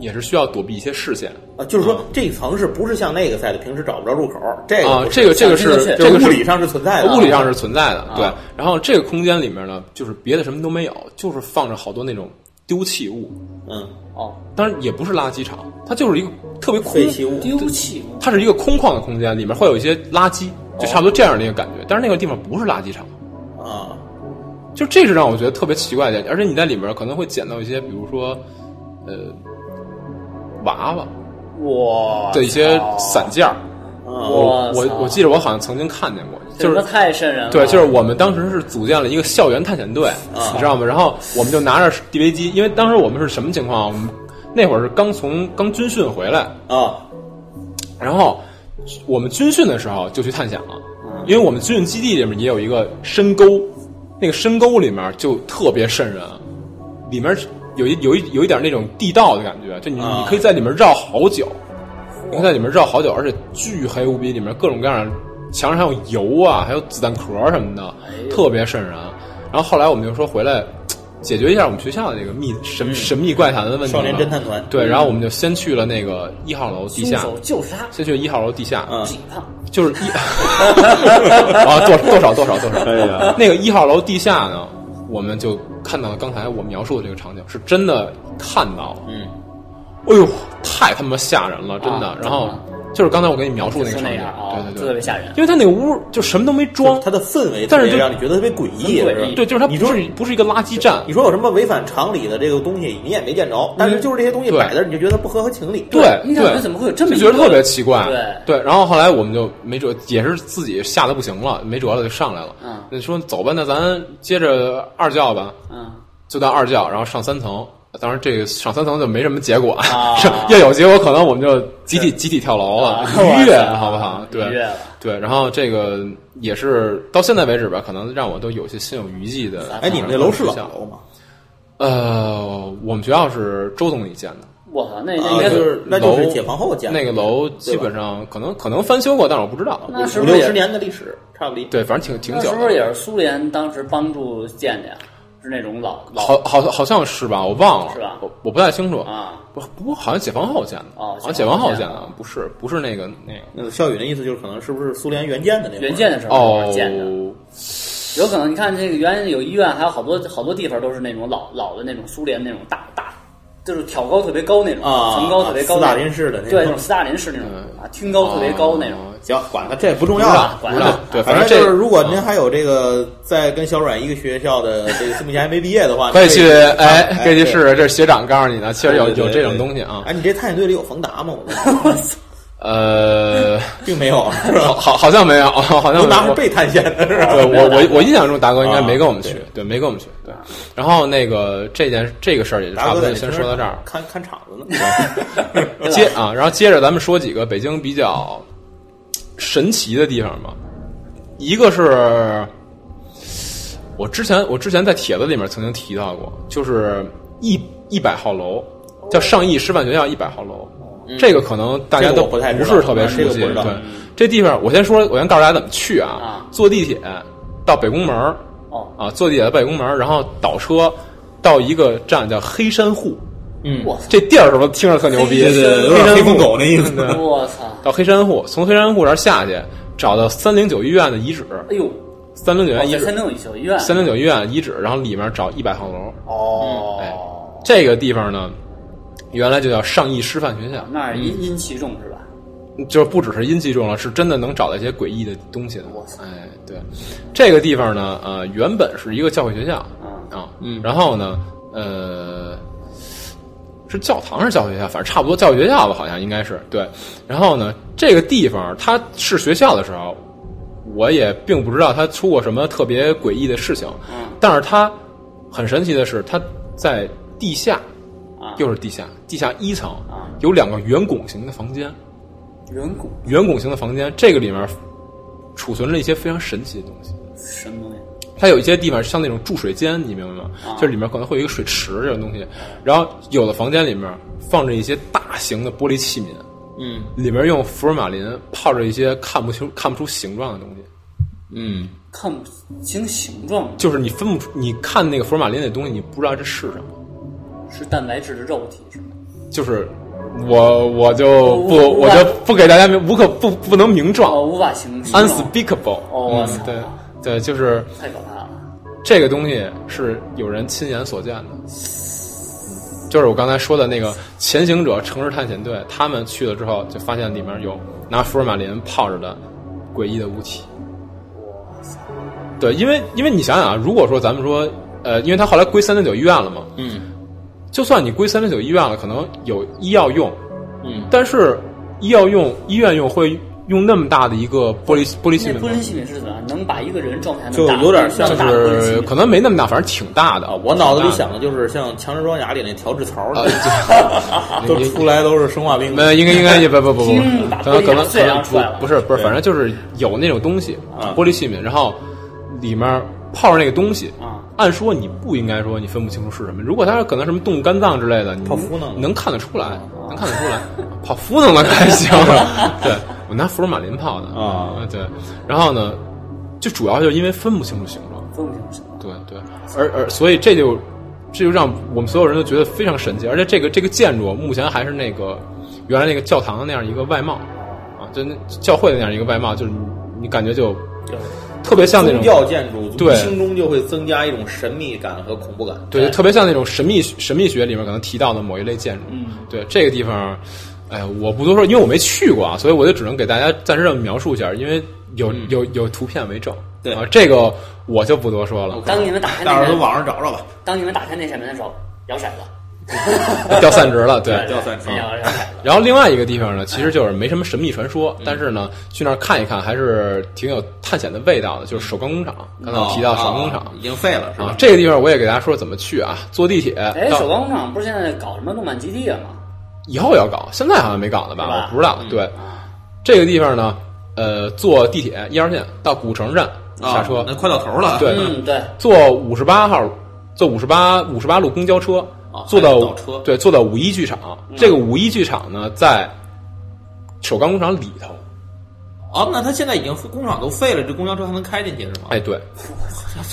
也是需要躲避一些视线啊，就是说这一层是不是像那个赛的，平时找不着入口？这个啊不。是这个这个想进是去这个这物是理上是存在的，啊物理上是存在的，对。然后这个空间里面呢，就是别的什么都没有，就是放着好多那种丢弃物，嗯，哦，当然也不是垃圾场，它就是一个特别空废弃物丢弃物它是一个空旷的空间，里面会有一些垃圾，就差不多这样的一个感觉。但是那个地方不是垃圾场，啊，就这是让我觉得特别奇怪的一点。而且你在里面可能会捡到一些，比如说，呃，娃娃哇的一些散件儿。啊，我哇我操我记得我好像曾经看见过，就这是他妈太瘆人了。对，就是我们当时是组建了一个校园探险队，啊你知道吗？然后我们就拿着 DV 机，因为当时我们是什么情况啊？我们那会儿是刚从刚军训回来，啊，然后我们军训的时候就去探险了，因为我们军训基地里面也有一个深沟，那个深沟里面就特别瘆人，里面有一有一有一点那种地道的感觉，就你、啊你可以在里面绕好久，你可以在里面绕好久，而且巨黑无比，里面各种各样的墙上还有油啊，还有子弹壳什么的，特别瘆人。然后后来我们就说回来。解决一下我们学校的这个密神神秘怪谈的问题吧。少年侦探团对，然后我们就先去了那个一号楼地凶下，啊手就是他，先去一号楼地下，嗯警探。就是一啊，多多少多少多少，哎呀那个一号楼地下呢，我们就看到了刚才我描述的这个场景，是真的看到了，嗯，哎呦，太他妈吓人了，真的。啊然后就是刚才我给你描述那个是场那景样啊，，对特对别对，吓人。因为他那个屋就什么都没装就是，它的氛围，但是就让你觉得特别诡异，是很诡异吧对，就是它你不说是不是一个垃圾站，你说有什么违反常理的这个东西，你也没见着，但是就是这些东西嗯对摆在那儿，你就觉得不合情理。对你感觉怎么会有这么就一觉个得特别奇怪，对然后后来我们就没辙，也是自己吓得不行了，没辙了就上来了。嗯那说走吧，那咱接着二教吧，嗯，就到二教，然后上三层。当然，这个上三层就没什么结果，啊是要有结果，可能我们就集体集体跳楼了，啊 愉悦我操好不好？对愉悦了对，然后这个也是到现在为止吧，可能让我都有些心有余悸哎的。哎，你们那楼是老楼吗？呃，我们学校是周总理建的，我操，那啊那应该就都是那就是解放后建的那个楼基本上可能可能翻修过，但是我不知道。那是五不六是也十年的历史，差不离。对，反正挺挺那久是的。不是也是苏联当时帮助建的呀？是那种老老好好好像是吧，我忘了，是吧我我不太清楚。啊，不不过好像解放后建的，哦好像解解放放后后建建的的，不是不是那个那个那个校宇的意思就是，可能是不是苏联援建的那会儿援建的时候哦，建的，啊有可能你看这个原来有医院，还有好多好多地方都是那种老老的那种苏联那种大大，就是挑高特别高那种，啊层高特别高斯那种，大林式的那种嗯啊对，那种斯大林式那种啊，厅高特别高那种。行，管它，这不重不要知道了。不管知它道，对，啊反正就这啊是，如果您还有这个在跟小阮一个学校的这个，目前还没毕业的话， 可以你去哎哎，可以去对试试，这是学长告诉你的，确实有对对有对这种对东西啊。哎，你这探险队里有冯达吗？我 操，呃，并没有，啊是好吧？好好像没有，好像冯没达是有。被探险的，是吧？ 对我我我印象中达哥应该啊没跟我们去，对，没跟我们去。对，然后那个这件这个事儿也就差 达不多哥就在你先身说到这上儿。看看场子呢。 对吧接啊，然后接着咱们说几个北京比较神奇的地方吧。一个是我之前我之前在帖子里面曾经提到过，就是一一百号楼叫上亿师范学校一百号楼，这个可能大家嗯这个都我不太知道啊是特别熟这个悉。不知道嗯对，这地方我先说，我先告诉大家怎么去啊啊，坐地铁到北宫门儿哦，啊，坐地铁到北宫门儿，然后倒车到一个站叫黑山户。嗯呃我这地儿是不是听着特牛逼？对对对有点黑风狗那意思。对我操！到黑山户，从黑山户这儿下去，找到三零九医院的遗址，哎呦，三零九我院遗哦在三址，零九医院三零九医院遗址，然后里面找一百号楼。 嗯哎哦，这个地方呢，原来就叫上亿师范学校，那儿嗯阴阴气重是吧？就是不只是阴气重了，是真的能找到一些诡异的东西的我。操哎，对，这个地方呢，呃，原本是一个教会学校啊，嗯，然后呢，呃。是教堂还是教会学校？反正差不多教会学校吧，好像应该是对。然后呢，这个地方它是学校的时候，我也并不知道它出过什么特别诡异的事情。嗯但是它很神奇的是，它在地下，啊又是地下，地下一层啊有两个圆拱形的房间，远古圆拱形的房间，这个里面储存了一些非常神奇的东西。什么东西？它有一些地方像那种注水间，你明白吗？啊就是里面可能会有一个水池这种东西，然后有的房间里面放着一些大型的玻璃器皿，嗯里面用福尔马林泡着一些看不清、看不出形状的东西，嗯，看不清形状，就是你分不出，你看那个福尔马林那东西，你不知道这是什么。是蛋白质的肉体是吗？就是我我就不我我就不给大家明无可不不能名哦，状无法形容。 ，unspeakable。哦我嗯操对对，就是太可怕了！这个东西是有人亲眼所见的。嗯就是我刚才说的那个潜行者城市探险队，他们去了之后就发现里面有拿福尔马林泡着的诡异的物体。对，因为因为你想想啊，如果说咱们说，呃，因为他后来归三零九医院了嘛，嗯，就算你归三零九医院了，可能有医药用，嗯，但是医药用医院用会用那么大的一个玻璃玻璃器那皿玻吗？璃器皿是怎样？能把一个人状态就有点像大玻璃器是皿可能没那么大，反正挺大的啊，我脑子里挺大想的就是像《强制装甲》里那调制槽，的啊都出来都是生化兵。啊没，应该应 该也不不不不嗯，把可能玻璃可能打可碎能然后出来了不不是不是，对反正就是有那种东西，啊玻璃器皿，然后里面泡着那个东西。啊，按说你不应该说你分不清楚是什么，如果它是可能什么动物肝脏之类的，你泡芙弄的能看得出来，能看得出来，泡芙弄的还 行。对我拿福尔马林泡的啊对，然后呢，就主要就是因为分不清楚形状，分不清什么。对对，而而所以这就这就让我们所有人都觉得非常神奇，而且这个这个建筑啊目前还是那个原来那个教堂的那样一个外貌啊，就那教会的那样一个外貌，就是你你感觉就特别像那宗种教建筑，对无形中就会增加一种神秘感和恐怖感。对，就特别像那种神秘神秘学里面可能提到的某一类建筑。嗯，对这个地方，哎，我不多说，因为我没去过啊，所以我就只能给大家暂时这么描述一下，因为有、有有图片为证。嗯对啊，这个我就不多说了。当你们打开大那伙儿都扇，网上找找吧。当你们打开那扇门的时候，摇骰子，掉散值了， 对。摇骰子摇摇骰子。然后另外一个地方呢，其实就是没什么神秘传嗯说，但是呢，去那儿看一看还是挺有探险的味道的，就是手钢工厂。刚才我提到手钢工厂嗯哦已经废了是啊吧，？这个地方我也给大家说怎么去啊，坐地铁哎，到首钢工厂不是现在搞什么动漫基地了吗？以后要搞，现在好像没搞了吧？是吧我不知嗯道。对，这个地方呢，呃，坐地铁一号线到古城站啊下车那，快到头了。对嗯，对，坐五十八号，坐五十八五十八路公交车啊，做还到有倒车，嗯对，做到五一剧场。这个五一剧场呢，在首钢工厂里头。哦，那他现在已经工厂都废了，这公交车还能开进去是吗？哎，对，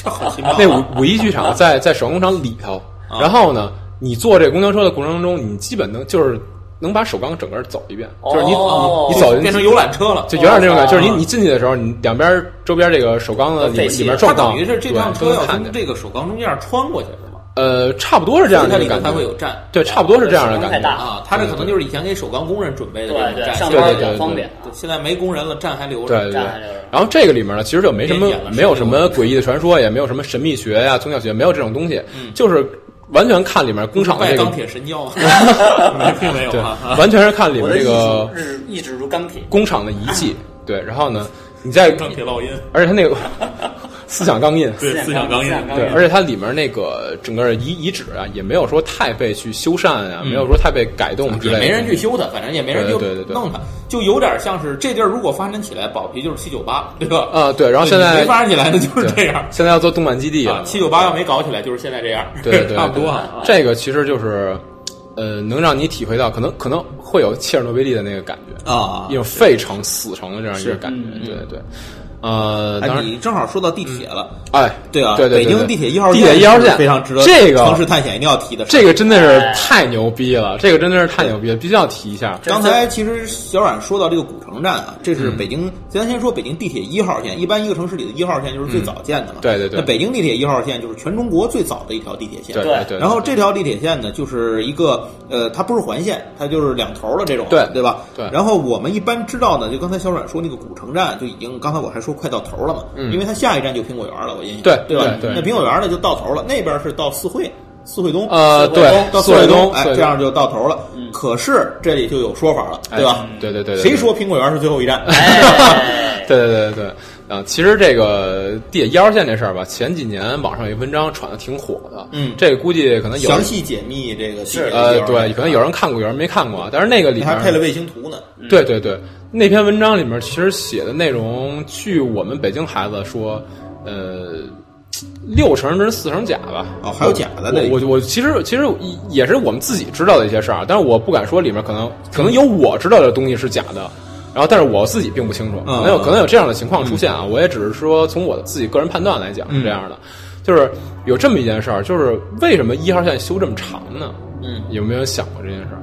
这好奇妙。啊那五五一剧场在在首钢工厂里头。然后呢，你坐这公交车的过程中，你基本能就是能把首钢整个走一遍，就是你哦啊你你走进去变成游览车啊了，就有点那种感觉，就是你哦你进去的时候，你两边周边这个首钢的呃都里废面弃里面了状它况，等于是这对辆车都能要看从见。这个首钢中间穿过去是吗？呃，差不多是这样所以它的里感头才会觉有，站对，差不多是这样的可能感太觉。大啊，它这可能就是以前给首钢工人准备的这对种对，站，上现在对班比对较对方便啊对现在没工人了，站还留对着。对对站还留着，然后这个里面呢，其实就没什么边界了没有什么诡异的传说，也没有什么神秘学呀、宗教学，没有这种东西，就是完全看里面工厂的拜这个嗯钢，铁神教吗？没 并没有对啊，啊，完全是看里我面的这意个志日意志如钢铁，工厂的遗 迹。对，然后呢，你在，钢铁烙印，而且它那个 思想钢印，对，思想钢印思，想钢对，印而且它里面那个整个遗遗址啊，也没有说太被去修缮啊，没有说太被改动之类嗯也的，没人去修它，反正也没人就对对对对弄它，就有点像是这地儿如果发展起来，保皮就是七九八，对吧？啊、对，然后对现你在没发展起来的就是这对样。现在要做动漫基地啊了，，七九八要没搞起来，就是现在这样，对对对，差不多啊。对这个其实就是，呃，能让你体会到可能可能会有切尔诺贝利的那个感觉，啊一种废城死城的这样一个感嗯觉，对对对，呃，当哎，然，你正好说到地铁了，哎，对啊，对对，北京地铁一号地铁一号线非常值得这个城市探险一定要提的事儿。这个真的是哎太牛逼了，这个真的是太牛逼了，必须要提一下，啊刚才其实小冉说到这个古城站啊，这嗯是北京，咱先说北京地铁一号线。一般一个城市里的一号线就是最早建的嘛。嗯对对对那北京地铁一号线就是全中国最早的一条地铁线。对对，对然后这条地铁线呢，就是一个呃，它不是环线，它就是两头儿的这种，对对吧？对然后我们一般知道呢，就刚才小阮说那个古城站就已经，刚才我还说快到头了嘛，嗯因为它下一站就苹果园了，我印象对对吧？对对那苹果园呢就到头了，那边是到四惠，四惠东呃四惠东对到四惠惠东哎四，惠东这嗯样就到头了。可是这里就有说法了，哎对吧？对对对对，谁说苹果园是最后一站？ 哎，对对对对对，啊，其实这个地铁一号线这事儿吧，前几年网上有一文章传的挺火的，嗯这个估计可能有人详细解密这个地铁是的呃一，号对，线可能有人看过，有人没看过，啊但是那个里嗯你面还配了卫星图呢。对对对，那篇文章里面其实写的内容，据我们北京孩子说，呃，六成真四成假吧。哦还有假的那里我我我其实其实也是我们自己知道的一些事儿，但是我不敢说里面可能可能有我知道的东西是假的。然后，但是我自己并不清楚，嗯可能有可能有这样的情况出现啊。我也只是说从我自己个人判断来讲是这样的，就是有这么一件事儿，就是为什么一号线修这么长呢？嗯，有没有想过这件事儿？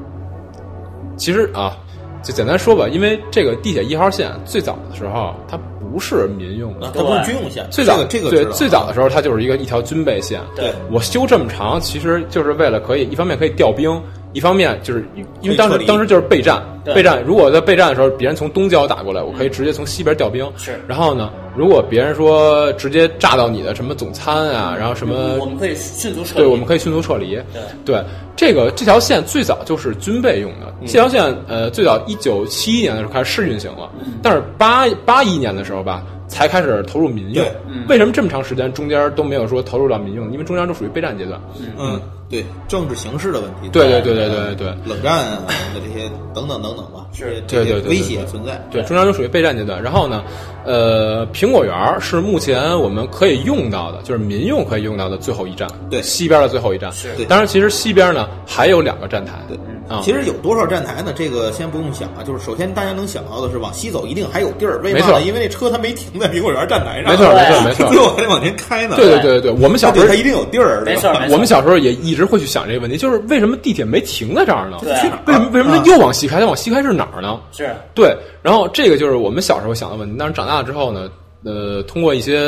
其实啊，就简单说吧，因为这个地铁一号线最早的时候，它不是民用的啊，，它不是军用线，最早、这个这个对知道最早的时候，它就是一个一条军备线。对我修这么长，其实就是为了可以一方面可以调兵，一方面就是因因为当可以时撤离当时就是备战，对备战。如果在备战的时候，别人从东郊打过来，我嗯可以直接从西边调兵。是然后呢，如果别人说直接炸到你的什么总参啊，然后什么嗯我们可以迅速撤离，对，我们可以迅速撤离。对，这个这条线最早就是军备用的，嗯这条线呃最早一九七一年的时候开始试运行了，嗯但是八八一年的时候吧。才开始投入民用对，嗯为什么这么长时间中间都没有说投入到民用？因为中间都属于备战阶段。嗯，对，政治形势的问题，对对对对对对对冷战啊的这些等等等等吧，是这对些对对对威胁存在。对，中间都属于备战阶段。然后呢，呃，苹果园儿是目前我们可以用到的，就是民用可以用到的最后一站，对西边的最后一站。是对当然其实西边呢还有两个站台。对啊，其实有多少站台呢？这个先不用想啊，就是首先大家能想到的是，往西走一定还有地儿，为嘛没错呢？因为那车它没停在苹果园站台上，没错没错对没错 最。后还得往前开呢。对对对对，我们小它时候就它一定有地儿，对没吧事儿没事我儿们小时候也一直会去想这个问题，就是为什么地铁没停在这儿呢？对去哪儿？为什么为什么它啊又往西开？它往西开是哪儿呢？是对，然后这个就是我们小时候想的问题。但是长大了之后呢，呃，通过一些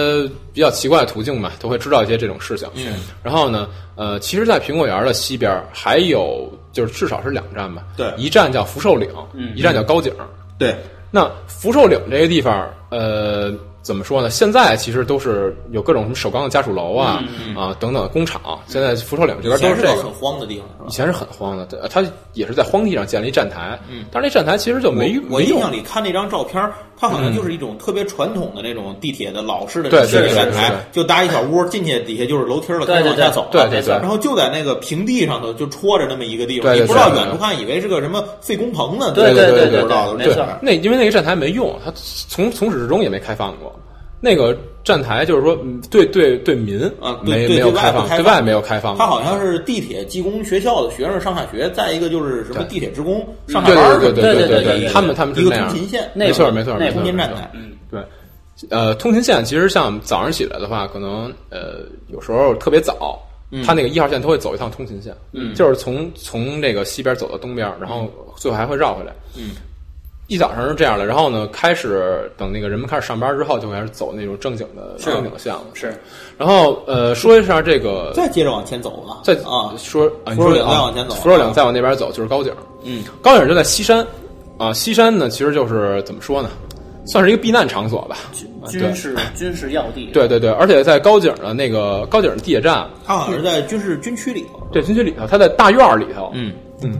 比较奇怪的途径嘛，都会知道一些这种事情。嗯，然后呢，呃，其实，在苹果园的西边儿还有就是至少是两站吧，对一站叫福寿岭，嗯一站叫高井。对那福寿岭这个地方，呃，怎么说呢？现在其实都是有各种什么首钢的家属楼啊、啊等等工厂，现在福寿岭这边都是全嗯是这个个很。荒的地方，是吧以？前是很荒的，对，它也是在荒地上建了一站台，嗯，但是那站台其实就没用我没印用象里看那张照片儿，它好像就是一种特别传统的那种地铁的老式的对式的对对站对台对，就搭一小屋，进去底下就是楼梯了，对开始对往下走了。对对对然后就在那个平地上头就戳着那么一个地方，对对对你不知道对对远处看以为是个什么废工棚呢，对对对对对都对不知道的对那没事错儿。那因为那个站台没用，它从从始至终也没开放过。那个站台就是说嗯对对对民啊没对对没有对外开不放，开对放外没有开放。他好像是地铁技工学校的学生上下学，再一个就是什么对地铁职工上下对班儿对对嗯对对对对对他们他们是一个那通样。勤线，那没错会儿没错那会没错通勤站儿没错台，对，呃，通勤线其实像早上起来的话，可能呃有时候特别早，嗯它那个一号线都会走一趟通勤线，嗯，就是从从这个西边走到东边，然后最后还会绕回来，嗯。一早上是这样的，然后呢，开始等那个人们开始上班之后，就开始走那种正经的正经的线了。是，然后呃，说一下这个，再接着往前走了，再啊，说啊，你扶手说岭啊再往前走扶手岭再往那边走就是高井。嗯，高井就在西山啊，西山呢其实就是怎么说呢，算是一个避难场所吧。啊对军事军事要地，对对对，而且在高井的那个高井地铁站，他好像是在军事军区里头，对军区里头，它在大院儿里头。嗯嗯，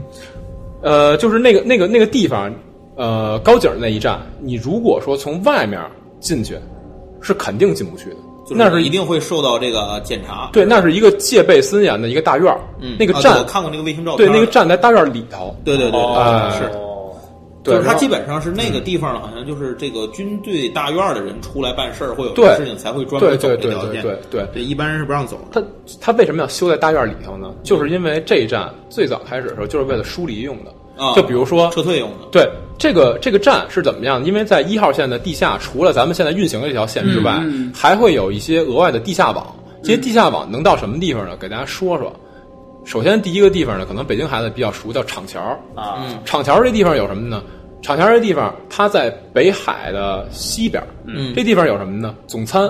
呃，就是那个那个那个地方，呃，高井那一站，你如果说从外面进去，是肯定进不去的。就那是一定会受到这个检查。对，那是一个戒备森严的一个大院儿。嗯，那个啊站，对我看过那个卫星照片对儿，那个站在大院儿里头。对，对对对，哎是。哦对，就是他然后嗯基本上是那个地方，好像就是这个军队大院的人出来办事儿，会有这对个事情才会专门走对这对条线。对对对对一般人是不让走的。它它为什么要修在大院里头呢？就是因为这一站最早开始的时候就是为了疏离用的。啊就比如说，撤退用的，对这个这个站是怎么样？因为在一号线的地下，除了咱们现在运行的这条线之外，嗯还会有一些额外的地下网。这些地下网能到什么地方呢？给大家说说。首先，第一个地方呢，可能北京孩子比较熟，叫厂桥。啊，厂桥这地方有什么呢？厂桥这地方，它在北海的西边。嗯这地方有什么呢？总参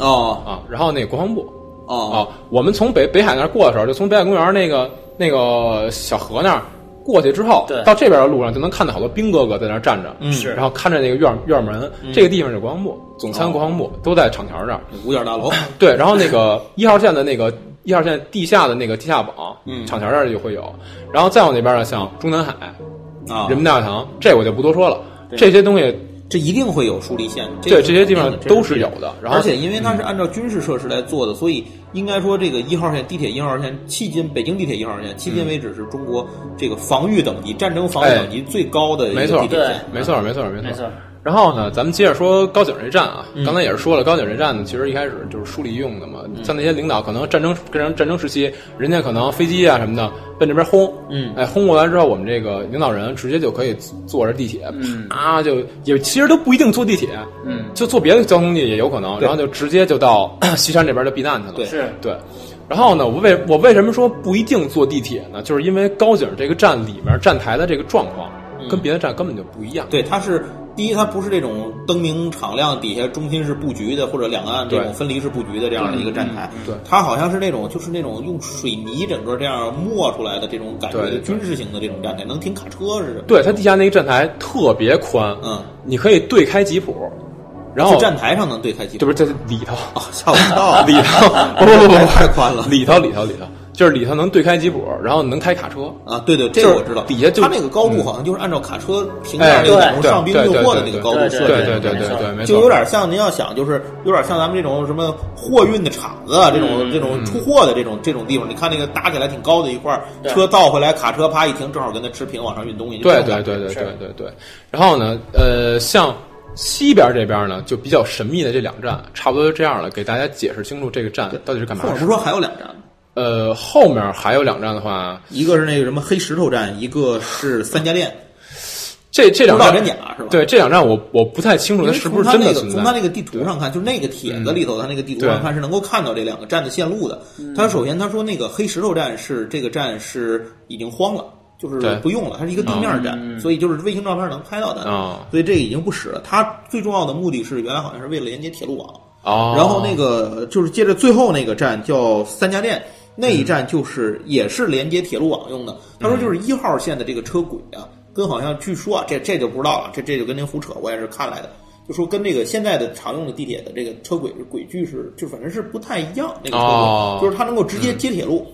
哦啊，然后那个国防部。哦啊，我们从北北海那儿过的时候，就从北海公园那个那个小河那儿过去之后对，到这边的路上就能看到好多兵哥哥在那儿站着，嗯是然后看着那个院院门，这个地方是国防部总参国防部、都在厂桥这儿，五角哦大楼，对，然后那个一号线的那个一号线地下的那个地下网，嗯厂桥这儿就会有，然后再往那边呢，像中南海、啊，人民大教堂，这我就不多说了，这些东西这一定会有疏离线，对个这些地方肯定的都是有。的，然后而且因为它是按照军事设施来做的，所以应该说这个一号线地铁一号线，迄今北京地铁一号线，迄今为止是中国这个防御等级、战争防御哎等级最高的一个没错地铁线。没错，没错，没错，没错。然后呢，咱们接着说高井这站啊，嗯刚才也是说了，高井这站呢，其实一开始就是树立用的嘛。像那些领导，可能战争跟人战争时期，人家可能飞机啊什么的奔这边轰，嗯哎，轰过来之后，我们这个领导人直接就可以坐着地铁，嗯啊，就也其实都不一定坐地铁，嗯，就坐别的交通工具也有可能，对然后就直接就到 西山这边就避难去了。对嗯是对，然后呢，我为我为什么说不一定坐地铁呢？就是因为高井这个站里面站台的这个状况嗯跟别的站根本就不一样。对，它是第一，它不是这种灯明敞亮，底下中心是布局的，或者两岸这种对分离式布局的这样的一个站台。对它好像是那种就是那种用水泥整个这样磨出来的这种感觉对的对军事型的这种站台，能停卡车似的。对，它地下那个站台特别宽，嗯，你可以对开吉普，然后是站台上能对开机这不是在里头，啊，吓我一跳！里头不不不不太宽了里头里头里头就是里头能对开吉普，然后能开卡车，啊，对对，这就是个我知道。底下就嗯它那个高度好像就是按照卡车平面哎那个对那种对上兵对运对货的对那个对高度对设对计，对对没对错对，没错，就有点像您要想，就是有点像咱们这种什么货运的厂子啊，嗯这种这种出货的这种这种地方，你看那个搭起来挺高的一块儿，对车倒回来，卡车啪一停，正好跟它持平，往上运东西。就这对种对感觉对对是对对对。然后呢，呃，像西边这边呢，就比较神秘的这两站，差不多就这样了，给大家解释清楚这个站到底是干嘛或者的。不说还有两站吗，呃，后面还有两站的话，一个是那个什么黑石头站，一个是三家店，这这两不知道站真假是吧对，这两站我我不太清楚因它为是从不是它真那的个存从它在。嗯那个地图上看，就是那个帖子里头，它那个地图上对看是能够看到这两个站的线路的。它首先他说那个黑石头站是这个站是已经荒了。就是对嗯不用了，它是一个地面站，所以就是卫星照片能拍到的，哦所以这个已经不使了。它最重要的目的是原来好像是为了连接铁路网，哦，然后那个就是接着最后那个站叫三家嗯店，那一站就是也是连接铁路网用的。他嗯说就是一号线的这个车轨啊，跟好像据说啊，这这就不知道了，这这就跟您胡扯，我也是看来的。就说跟这个现在的常用的地铁的这个车轨轨距是，就反正是不太一样。那个车轨、哦嗯就是它能够直接接铁路，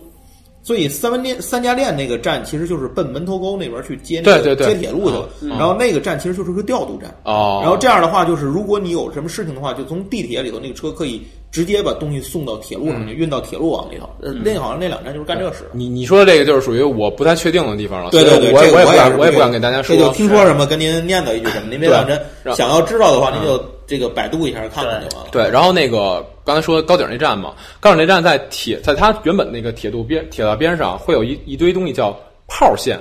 所以三门店三家店那个站其实就是奔门头沟那边去接那个对对嗯对接铁路去了。然后那个站其实就是个调度站。哦，然后这样的话，就是如果你有什么事情的话，就从地铁里头那个车可以直接把东西送到铁路上去，运到铁路网里头。呃，那好像那两站就是干这个事。你你说的这个就是属于我不太确定的地方了，对对所以对，我这也个我也不也敢是我也不这个敢给大家这就说。啊听说什么跟您念叨一句什么，您别当真。对想要知道的话，您就这个百度一下看看就完了。对，然后那个刚才说高顶那站嘛，高顶那站在铁在它原本那个铁路边铁道边上会有一一堆东西叫炮线，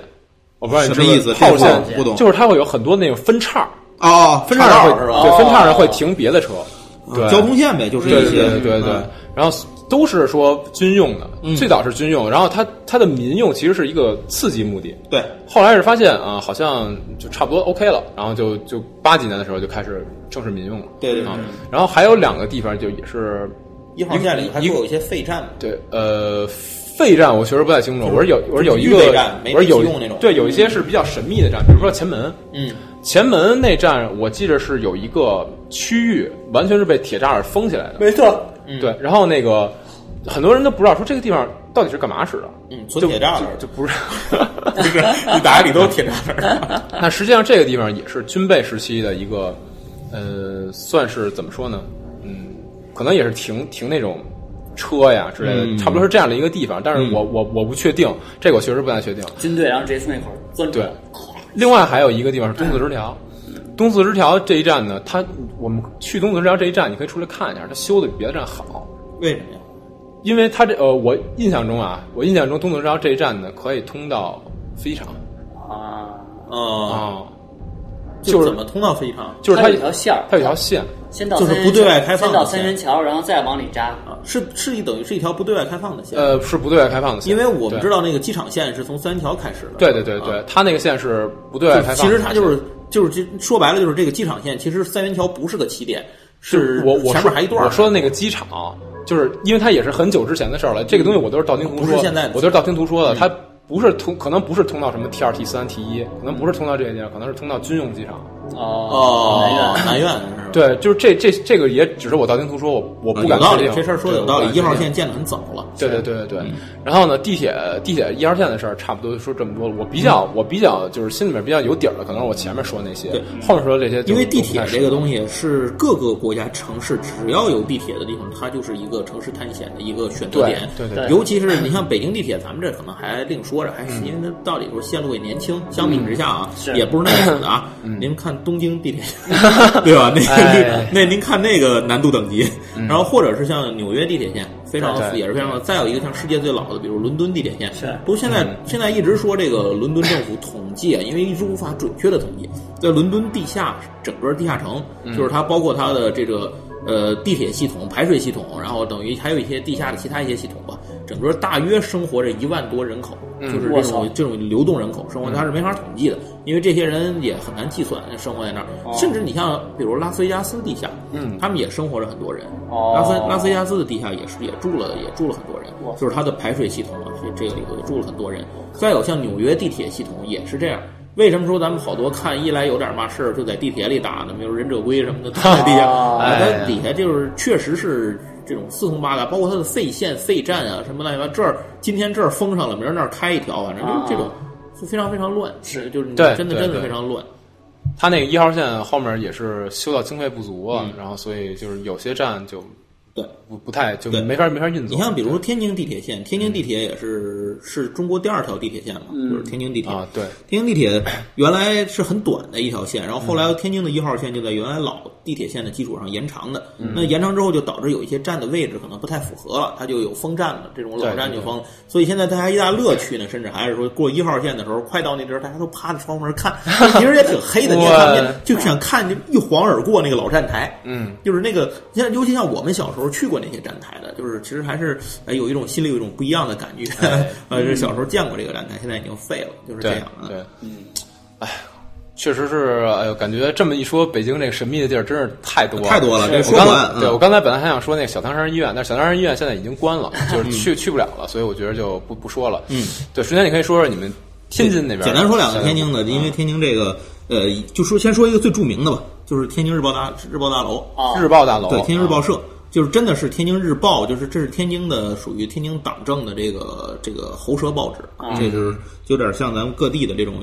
我不知道你什知么道意思？炮这线我不懂。就是它会有很多那种分叉，哦，分叉叉道会是对，吧？哦嗯分叉上会停别的车，对，交通线呗，就是对一对些对对对，嗯然后都是说军用的，最早是军用，然后它它的民用其实是一个刺激目的，对后来是发现啊，好像就差不多 OK 了，然后就就八几年的时候就开始正式民用了，对对对啊，然后还有两个地方就也是一号线里还会有一些废站嘛。对，呃，废站我确实不太清楚。我是有，我是有一个预备站，没我是有提供那种对，有一些是比较神秘的站，比如说前门。嗯，前门那站我记着是有一个区域，完全是被铁栅栏封起来的。没错， 嗯对，然后那个很多人都不知道说这个地方到底是干嘛使的。嗯，存铁栅栏就就不是， 不是你打里都铁栅栏。那实际上这个地方也是军备时期的一个，呃，算是怎么说呢？嗯，可能也是停停那种车呀之类的，差不多是这样的一个地方。但是我、我我不确定，这个我确实不太确定。军队然后直接从那块儿钻出对来，，另外还有一个地方是东四十条。嗯东四十条这一站呢，它我们去东四十条这一站，你可以出来看一下，它修的比别的站好。为什么呀？因为它这呃，我印象中啊，我印象中东四十条这一站呢，可以通到飞机场啊，啊，啊、就就是怎么通到啊飞场？就是它哦有一条线儿，它有一条线，先到就是三不对外元开放先到的三线元桥，然后再往里扎。啊，是是一等于是一条不对外开放的线，呃，是不对外开放的线，因为我们知道，道那个机场线是从三条开始的。对对对对，它那个线是不对外啊，开放的就其线。实它就是就是这说白了就是这个机场线，其实三元桥不是个起点，是我我前说面还一段儿。我说的那个机场，就是因为它也是很久之前的事儿了，这个东西我都是道听途不说，是现在的嗯我都是道听途说的，它不是通，可能不是通到什么 T 二、T 三、T 一，可能不是通到这些地方，可能是通到军用机场。哦，南哦苑，南苑是吧？对，就是这这这个也只是我道听途说，我我不啊，有敢道确理定，这事儿说的有对道理。一号。我不敢确定线建的很早了，对对对对嗯对，然后呢，地铁地铁一号线的事儿差不多就说这么多了。我比较我比较就是心里面比较有底儿的，可能是我前面说那些对，后面说的这些就，因为地铁就不太这熟个东西是各个国家城市只要有地铁的地方，它就是一个城市探险的一个选择对点。对对对尤其是你像北京地铁，咱们这可能还另说着，还嗯是因为它到底说线路也年轻，相比之下啊，是也不是那么狠的啊。嗯您看东 京地铁，对吧？那哎那您看那个难度等级，然后或者是像纽约地铁线，非常嗯对对也是非常。再有一个像世界最老的，比如伦敦地铁线，是嗯不是现在现在一直说这个伦敦政府统计，啊，因为一直无法准确的统计，在伦敦地下整个地下城，嗯就是它包括它的这个呃地铁系统、排水系统，然后等于还有一些地下的其他一些系统吧，整个大约生活着一万多人口，就是这嗯我种操嗯这种流动人口生活，它是没法统计的，因为这些人也很难计算生活在那儿。哦甚至你像比如拉斯维加斯地下，嗯，他们也生活着很多人。哦拉斯拉斯维加斯的地下也是也住了也住了很多人哇，就是它的排水系统啊，这这个里头也住了很多人。再有像纽约地铁系统也是这样。为什么说咱们好多看一来有点嘛事儿就在地铁里打呢？比如忍者龟什么的，都在地下，哦哎哎它底下就是确实是这种四通八达，包括它的废线、废站啊什么乱七八糟。这儿今天这儿封上了，明儿那儿开一条，反正就是这种啊就非常非常乱，是就是你对真的对真的对非常乱。它那个一号线后面也是修到经费不足嗯了，然后所以就是有些站就对不不太就对没法没法运作。你像比如说天津地铁线，天津地铁也是是中国第二条地铁线嘛，就是天津地铁嗯啊，对，天津地铁原来是很短的一条线，然后后嗯来天津的一号线就在原来老地铁线的基础上延长的。嗯那延长之后，就导致有一些站的位置可能不太符合了，它就有封站了，这种老对站对就对封了。所以现在大家一大乐趣呢，甚至还是说过一号线的时候，快到那地儿，大家都趴在窗户那儿 看，其实也挺黑的，你也看不见哇，就想看就一晃而过那个老站台。嗯，就是那个，像尤其像我们小时候去过那些站台的，就是其实还是哎有一种心里有一种不一样的感觉。哎 呃，是小时候见过这个站台，现在已经废了，就是这对样。嗯嗯对，嗯，哎，确实是，哎呦，感觉这么一说，北京这个神秘的地儿真是太多太多了，这我说刚不才完。嗯对我刚才本来还想说那个小汤山医院，但是小汤山医院现在已经关了，就嗯是去去不了了，所以我觉得就不不说了。嗯，对，时间你可以说说你们天津那边，嗯简单说两个天津的，因为天津这个呃，就说先说一个最著名的吧，就是天津日报大日报大楼，哦日报大楼，对，天津日报社。就是真的是天津日报，就是这是天津的属于天津党政的这个这个喉舌报纸，啊这就是有点像咱们各地的这种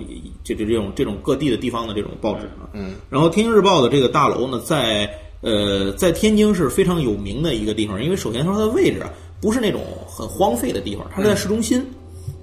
这这这种这种各地的地方的这种报纸啊。嗯，然后天津日报的这个大楼呢，在呃在天津是非常有名的一个地方，因为首先说它的位置啊不是那种很荒废的地方，它是在市中心。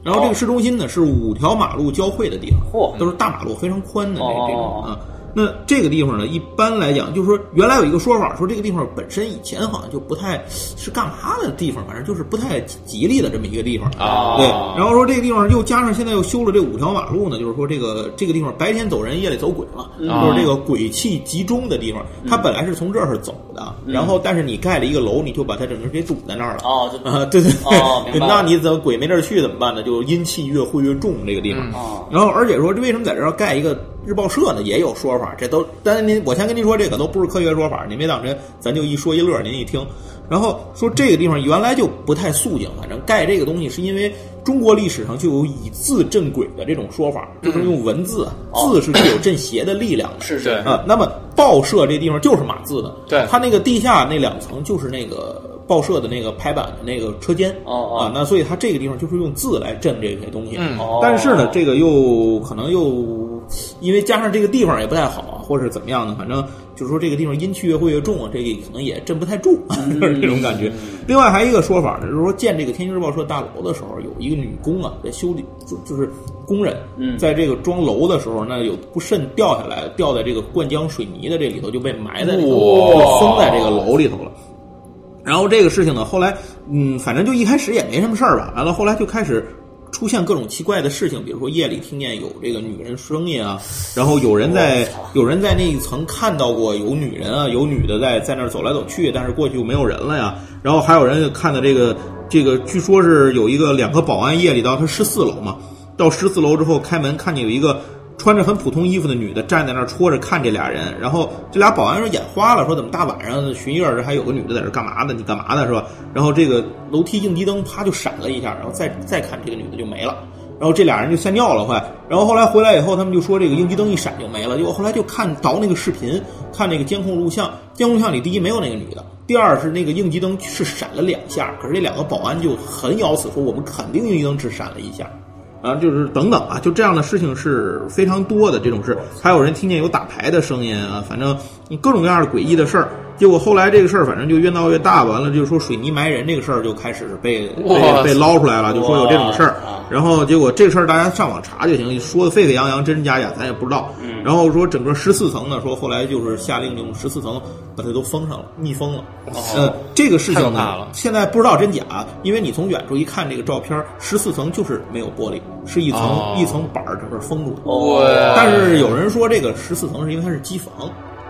然后这个市中心呢是五条马路交汇的地方，嚯都是大马路，非常宽的这这种哦啊。那这个地方呢，一般来讲，就是说原来有一个说法，说这个地方本身以前好像就不太是干嘛的地方，反正就是不太吉利的这么一个地方啊对，然后说这个地方又加上现在又修了这五条马路呢，就是说这个这个地方白天走人，夜里走鬼嘛，嗯就是啊这个鬼气集中的地方。它本来是从这儿走的，然后但是你盖了一个楼，你就把它整个给堵在那儿了。嗯哦，就啊，对对对，哦明白了那你怎么鬼没地儿去怎么办呢？就阴气越汇越重这个地方。哦，然后，而且说这为什么在这儿盖一个日报社呢？也有说法，这都，但是您我先跟您说，这可都不是科学说法，您别当真，咱就一说一乐，您一听。然后说这个地方原来就不太肃静，反正盖这个东西是因为中国历史上就有以字镇鬼的这种说法，就是用文字，啊字是具有镇邪的力量的。是对是，啊，那么报社这地方就是码字的，嗯对它那个地下那两层就是那个报社的那个排版的那个车间，哦哦啊，那所以它这个地方就是用字来镇这些东西，啊嗯哦但是呢，这个又可能又因为加上这个地方也不太好啊，或者怎么样呢，反正就是说这个地方阴气越汇越重啊，这个可能也镇不太 住，就是这种感觉。嗯另外还有一个说法呢，就是说建这个天津日报社大楼的时候，有一个女工啊在修理，就就是工人，嗯在这个装楼的时候，那有不慎掉下来，掉在这个灌浆水泥的这里头，就被埋在里头，哇被封在这个楼里头了。然后这个事情呢，后来嗯，反正就一开始也没什么事儿吧，完了后来就开始。出现各种奇怪的事情，比如说夜里听见有这个女人声音啊，然后有人在有人在那一层看到过有女人啊，有女的在在那儿走来走去，但是过去就没有人了呀。然后还有人看到这个这个，据说是有一个两个保安夜里到他十四楼嘛，到十四楼之后开门，看见有一个穿着很普通衣服的女的站在那儿戳着看这俩人，然后这俩保安说眼花了，说怎么大晚上巡夜儿这还有个女的在这干嘛呢？你干嘛呢是吧？然后这个楼梯应急灯啪就闪了一下，然后再再看这个女的就没了。然后这俩人就吓尿了，快。然后后来回来以后，他们就说这个应急灯一闪就没了。结果后来就看倒那个视频，看那个监控录像。监控录像里第一没有那个女的，第二是那个应急灯是闪了两下，可是这两个保安就很咬死说我们肯定应急灯只闪了一下。啊，就是等等啊，就这样的事情是非常多的这种事，还有人听见有打牌的声音啊，反正各种各样的诡异的事儿。结果后来这个事儿反正就越闹越大，完了就是说水泥埋人这个事儿就开始被哇被被捞出来了，就说有这种事儿啊哇。然后结果这事儿大家上网查就行，说的沸沸扬扬，真真假假咱也不知道。嗯然后说整个十四层呢，说后来就是下令用十四层把它都封上了，密封了。呃，这个事哦太情可怕呢了，现在不知道真假，因为你从远处一看这个照片，十四层就是没有玻璃，是一层、哦一层板儿整个封住的。我但是有人说这个十四层是因为它是机房。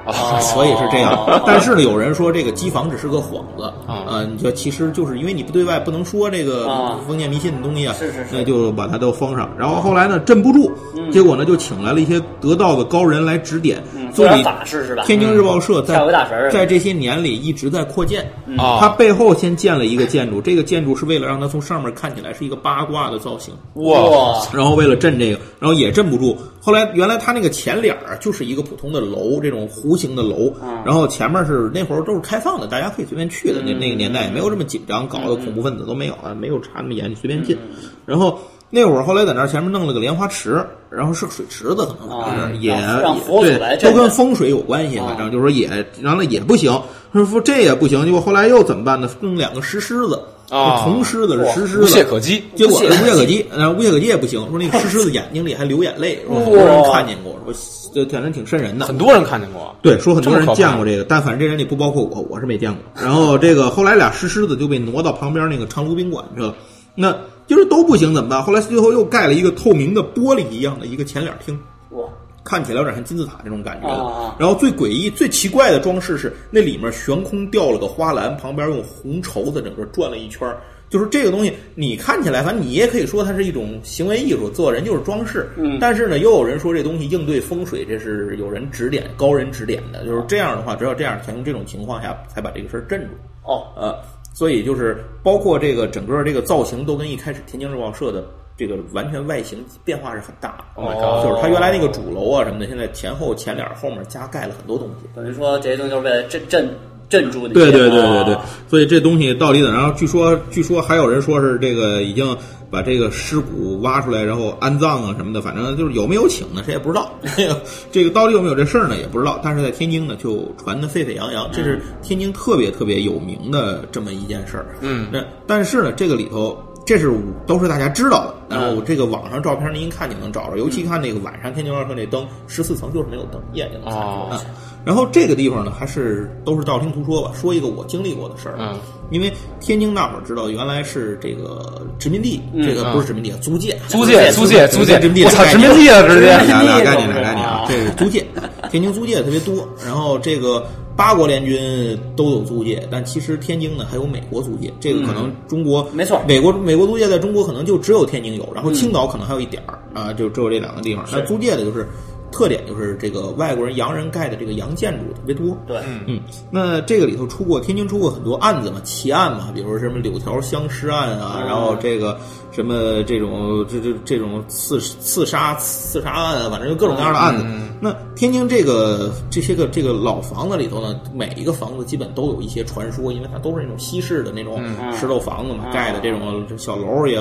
啊 所以是这哦样。但是呢，有人说这个机房只是个幌子啊啊，你就其实就是因为你不对外不能说这个啊封建迷信的东西啊，是是是那就把它都封上。然后后来呢，镇不住，结果呢就请来了一些得道的高人来指点嗯，所做点以法事是吧嗯天津日报社在下回大神儿嗯在这些年里一直在扩建。啊它背后先建了一个建筑，这个建筑是为了让它从上面看起来是一个八卦的造型，哇然后为了镇这个，然后也镇不住。后来原来它那个前脸儿就是一个普通的楼，这种弧形的楼，嗯然后前面是那会儿都是开放的，大家可以随便去的。那那个年嗯代也没有这么紧张，搞得恐怖分子都没有啊，没有查那么严，你随嗯便进。然后那会儿后来在那儿前面弄了个莲花池，然后是个水池子，可能反正啊是也让让也佛祖来对，镇都跟着啊风水有关系，反正就是说也，然后也不行。他说这也不行，结果后来又怎么办呢？弄两个石狮子啊铜狮子是石狮子，无懈可击， 结果是无懈可击，然后无懈可击也不行，说那个石狮子眼睛里还流眼泪，说很多人看见过，说这反正挺瘆人的。很多人看见过，对，说很多这么人可怕见过这个，但反正这人里不包括我，我是没见过。然后这个后来俩石狮子就被挪到旁边那个长芦宾馆去了，那就是都不行怎么办？后来最后又盖了一个透明的玻璃一样的一个前脸厅，我看起来有点像金字塔这种感觉的。啊啊然后最诡异、最奇怪的装饰是，那里面悬空吊了个花篮，旁边用红绸子整个转了一圈儿。就是这个东西，你看起来，反正你也可以说它是一种行为艺术，做人就是装饰。嗯但是呢，又有人说这东西应对风水，这是有人指点、高人指点的。就是这样的话，只有这样才能这种情况下才把这个事儿镇住。哦呃，所以就是包括这个整个这个造型都跟一开始天津日报社的这个完全外形变化是很大的。 Oh my god 就是它原来那个主楼啊什么的，现在前后前脸后面加盖了很多东西。等于说这些东西就是为了镇镇镇住你。对对对对啊对，所以这东西到底怎么样？据说据说还有人说是这个已经把这个尸骨挖出来，然后安葬啊什么的，反正就是有没有请呢，谁也不知道。 这个这个到底有没有这事儿呢，也不知道。但是在天津呢，就传得沸沸扬扬，这是天津特别特别有名的这么一件事儿。嗯那但是呢，这个里头这是都是大家知道的。然后嗯这个网上照片您一看就能找着，尤其看那个晚上天津二车那灯，十四层就是没有灯，夜就能看哦出来。嗯然后这个地方呢，还是都是道听途说吧。说一个我经历过的事儿，嗯，因为天津大伙儿知道，原来是这个殖民地，嗯这个不是殖民地，租界，租界租界租界殖民地，我操殖民地啊直接俩俩概念殖民地俩概哦念啊，这是租界，天津租界特别多。然后这个八国联军都有租界，但其实天津呢还有美国租界，这个可能中国没错美国美国租界在中国可能就只有天津有，然后青岛可能还有一点儿啊，就只有这两个地方。那租界的就是特点就是这个外国人洋人盖的这个洋建筑特别多，对，嗯，那这个里头出过天津出过很多案子嘛，奇案嘛，比如说什么柳条相尸案啊，然后这个什么这种这这这种刺刺杀刺杀案啊，反正就各种各样的案子。那天津这个这些个这个老房子里头呢，每一个房子基本都有一些传说，因为它都是那种西式的那种石头房子嘛，啊盖的这种小楼也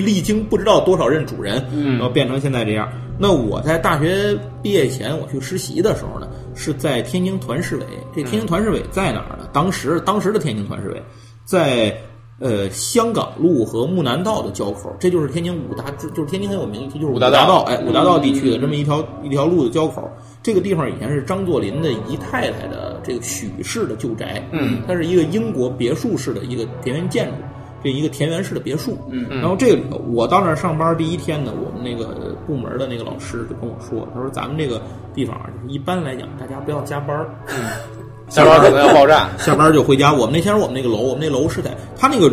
历经不知道多少任主人，然后变成现在这样。那我在大学毕业前我去实习的时候呢，是在天津团市委。这天津团市委在哪儿呢？当时当时的天津团市委在呃香港路和木南道的交口，这就是天津五大，就就是天津很有名气，就是五五大大道道，哎，五大道地区的这么一条一条路的交口。这个地方以前是张作霖的姨太太的这个许氏的旧宅，嗯，它是一个英国别墅式的一个田园建筑。这一个田园式的别墅，嗯，然后这个里头，我到那儿上班第一天呢，我们那个部门的那个老师就跟我说，他说咱们这个地方啊，就是一般来讲，大家不要加班儿，下边可能要爆炸。下班就回家。我们那天是我们那个楼，我们那楼是在它那个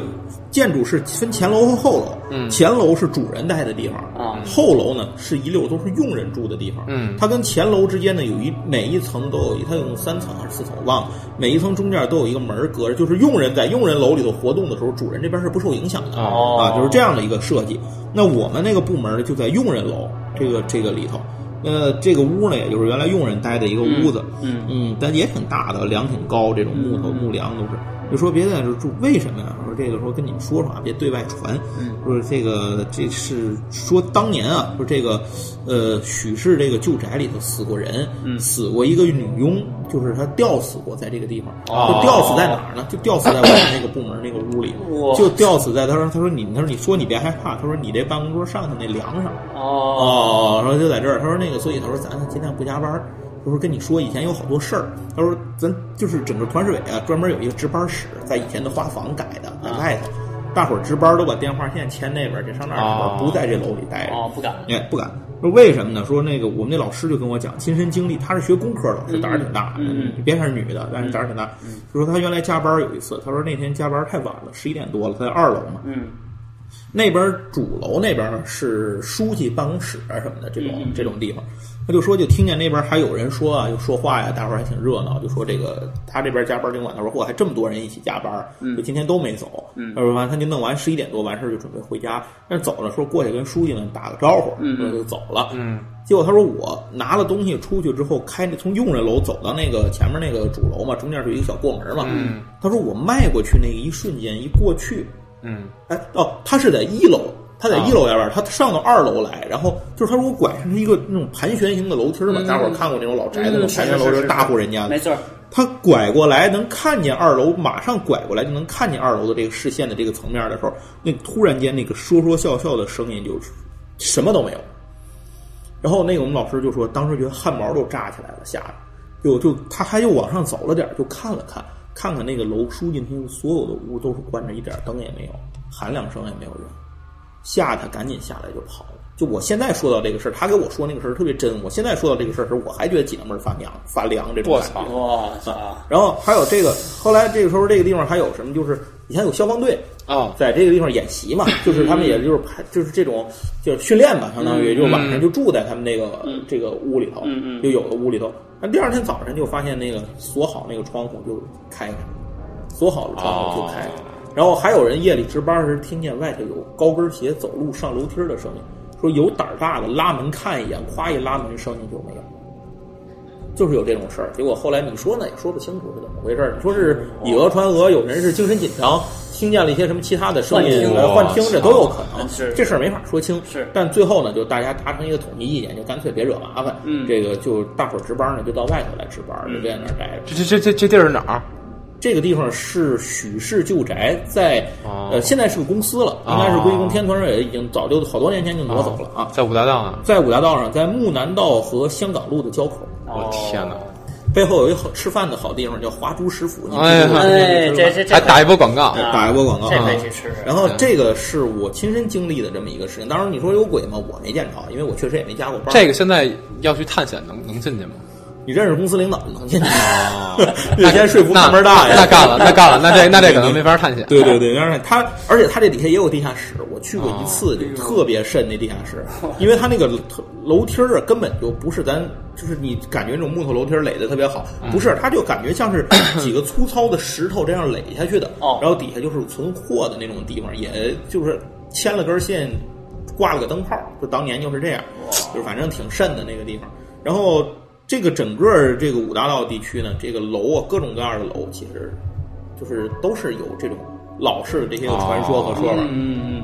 建筑是分前楼和后楼，嗯，前楼是主人待的地方啊后楼呢是一溜都是佣人住的地方，嗯它跟前楼之间呢有一每一层都有一，它有三层还是四层我忘了，每一层中间都有一个门儿隔着，就是佣人在佣人楼里头活动的时候，主人这边是不受影响的，哦啊，就是这样的一个设计。那我们那个部门呢，就在佣人楼这个这个里头。呃，这个屋呢，也就是原来佣人待的一个屋子，嗯嗯，但也挺大的，梁挺高，这种木头木梁都是。就说别在这住，为什么呀？我说这个说跟你们说说啊，别对外传。说这个这是说当年啊，说这个呃许氏这个旧宅里头死过人，死过一个女佣，就是她吊死过在这个地方。哦就吊死在哪儿呢？就吊死在我们那个部门那个屋里哇，就吊死在他说他说你他说你说你别害怕，他说你这办公桌上头那梁上。哦，哦，然后就在这儿，他说那个，所以他说咱尽量不加班儿。他说跟你说，以前有好多事儿。他说咱就是整个团市委啊，专门有一个值班室，在以前的花房改的，在外头，大伙儿值班都把电话线牵那边儿去，上那儿值哦班，不在这楼里待着。哦，不敢，哎，不敢。说为什么呢？说那个我们那老师就跟我讲亲身经历，他是学工科的，他胆儿挺大，嗯嗯别看是女的，但是胆儿挺大。就说他原来加班有一次，他说那天加班太晚了，十一点多了，他在二楼嘛，嗯，那边主楼那边是书记办公室啊什么的这种嗯嗯这种地方，他就说就听见那边还有人说啊，就说话呀，大伙儿还挺热闹，就说这个他这边加班挺晚，他说嚯还这么多人一起加班，嗯就今天都没走，他说完他就弄完十一点多完事儿就准备回家，但是走了说过去跟书记们打个招呼，嗯说就走了，嗯，结果他说我拿了东西出去之后，开那从佣人楼走到那个前面那个主楼嘛，中间是一个小过门嘛，嗯他说我迈过去那一瞬间一过去。嗯，哎，哦，他是在一楼，他在一哦楼外边，他上到二楼来，然后就是他如果拐上是一个那种盘旋型的楼梯嘛，大伙儿看过那种老宅的那种嗯盘旋楼是是梯，是大户人家的没，错儿，他拐过来能看见二楼，马上拐过来就能看见二楼的这个视线的这个层面的时候，那突然间那个说说笑笑的声音就是什么都没有。然后那个我们老师就说，当时觉得汗毛都炸起来了，吓得就就他还又往上走了点儿，就看了看，看看那个楼书进厅所有的屋都是关着，一点灯也没有，喊两声也没有人，吓得赶紧下来就跑了。就我现在说到这个事儿，他给我说那个事儿特别真。我现在说到这个事儿时，候，我还觉得脊梁门儿发凉发凉这种我感觉。操，嗯我操，啊然后还有这个，后来这个时候这个地方还有什么？就是以前有消防队啊在这个地方演习 嘛，就是他们也就是排，就是这种就是训练吧，相当于就晚上就住在他们那个这个屋里头，嗯嗯就有个屋里头。那第二天早上就发现那个锁好那个窗户就开开，锁好了窗户就开开哦。然后还有人夜里值班时听见外头有高跟鞋走路上楼梯的声音，说有胆儿大的拉门看一眼，夸一拉门声音就没有。就是有这种事儿。结果后来你说呢，也说不清楚是怎么回事儿。你说是哦以讹传讹，有人是精神紧张，听见了一些什么其他的声幻音听哦来幻听，这都有可能。是这事儿没法说清。是但最后呢，就大家达成一个统一意见，就干脆别惹麻烦。嗯这个就大伙儿值班呢，就到外头来值班，就在那儿待着。这这这这这地儿是哪儿？这个地方是许氏旧宅在哦呃现在是个公司了，应该哦是归功天团水已经早就好多年前就挪走了啊，在五大道呢。在五大道上，在木南道和香港路的交口。我天哪！背后有一好吃饭的好地方，叫华珠食府。你哎呀去过吗哎，这这这还打一波广告，哎打一波嗯广告这啊可以去吃吃。然后这个是我亲身经历的这么一个事情。当然你说有鬼吗？我没见着，因为我确实也没加过班。这个现在要去探险能能进去吗？你认识公司领导能进去 吗？得先说啊服那看门大爷。那干了，那干了，那这那这可能没法探险。对对对，当然它，而且它这底下也有地下室，我去过一次，就特别瘆那地下室，因为它那个楼梯儿啊，根本就不是咱，就是你感觉那种木头楼梯儿垒的特别好，不是，它就感觉像是几个粗糙的石头这样垒下去的，哦然后底下就是存货的那种地方，也就是牵了根线，挂了个灯泡，就当年就是这样，就是反正挺瘆的那个地方，然后。这个整个儿这个五大道地区呢，这个楼啊，各种各样的楼，其实就是都是有这种老式的这些个传说和说啊法，嗯嗯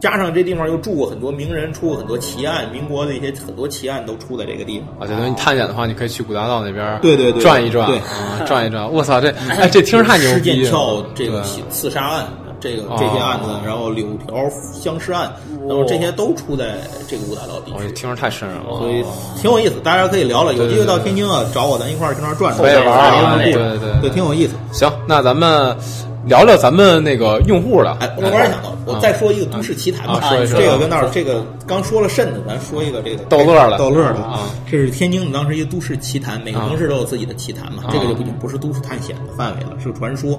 加上这地方又住过很多名人，出过很多奇案，民国的一些很多奇案都出在这个地方。啊，就等于你探险的话，你可以去古大道那边，对对对转一转对啊，转一转。我操，这哎，这听着太牛施逼剑了翘！这个对刺杀案，啊这个哦这些案子，然后柳条相尸案，然后这些都出在这个五大道地我这区，听着太瘆人了，所以挺有意思，大家可以聊聊。有机会到天津啊，找我，咱一块儿跟那儿转转，我也玩了。聊聊啊故对事对对，对，挺有意思。行，那咱们聊聊咱们那个用户的。哎，我突然想到，我再说一个都市奇谈吧啊，说一说这个跟那儿这个刚说了瘆的，咱说一个这个逗乐儿的逗乐儿的啊，这是天津的当时一个都市奇谈，每个啊城市都有自己的奇谈嘛，啊这个就不不是都市探险的范围了，是个传说。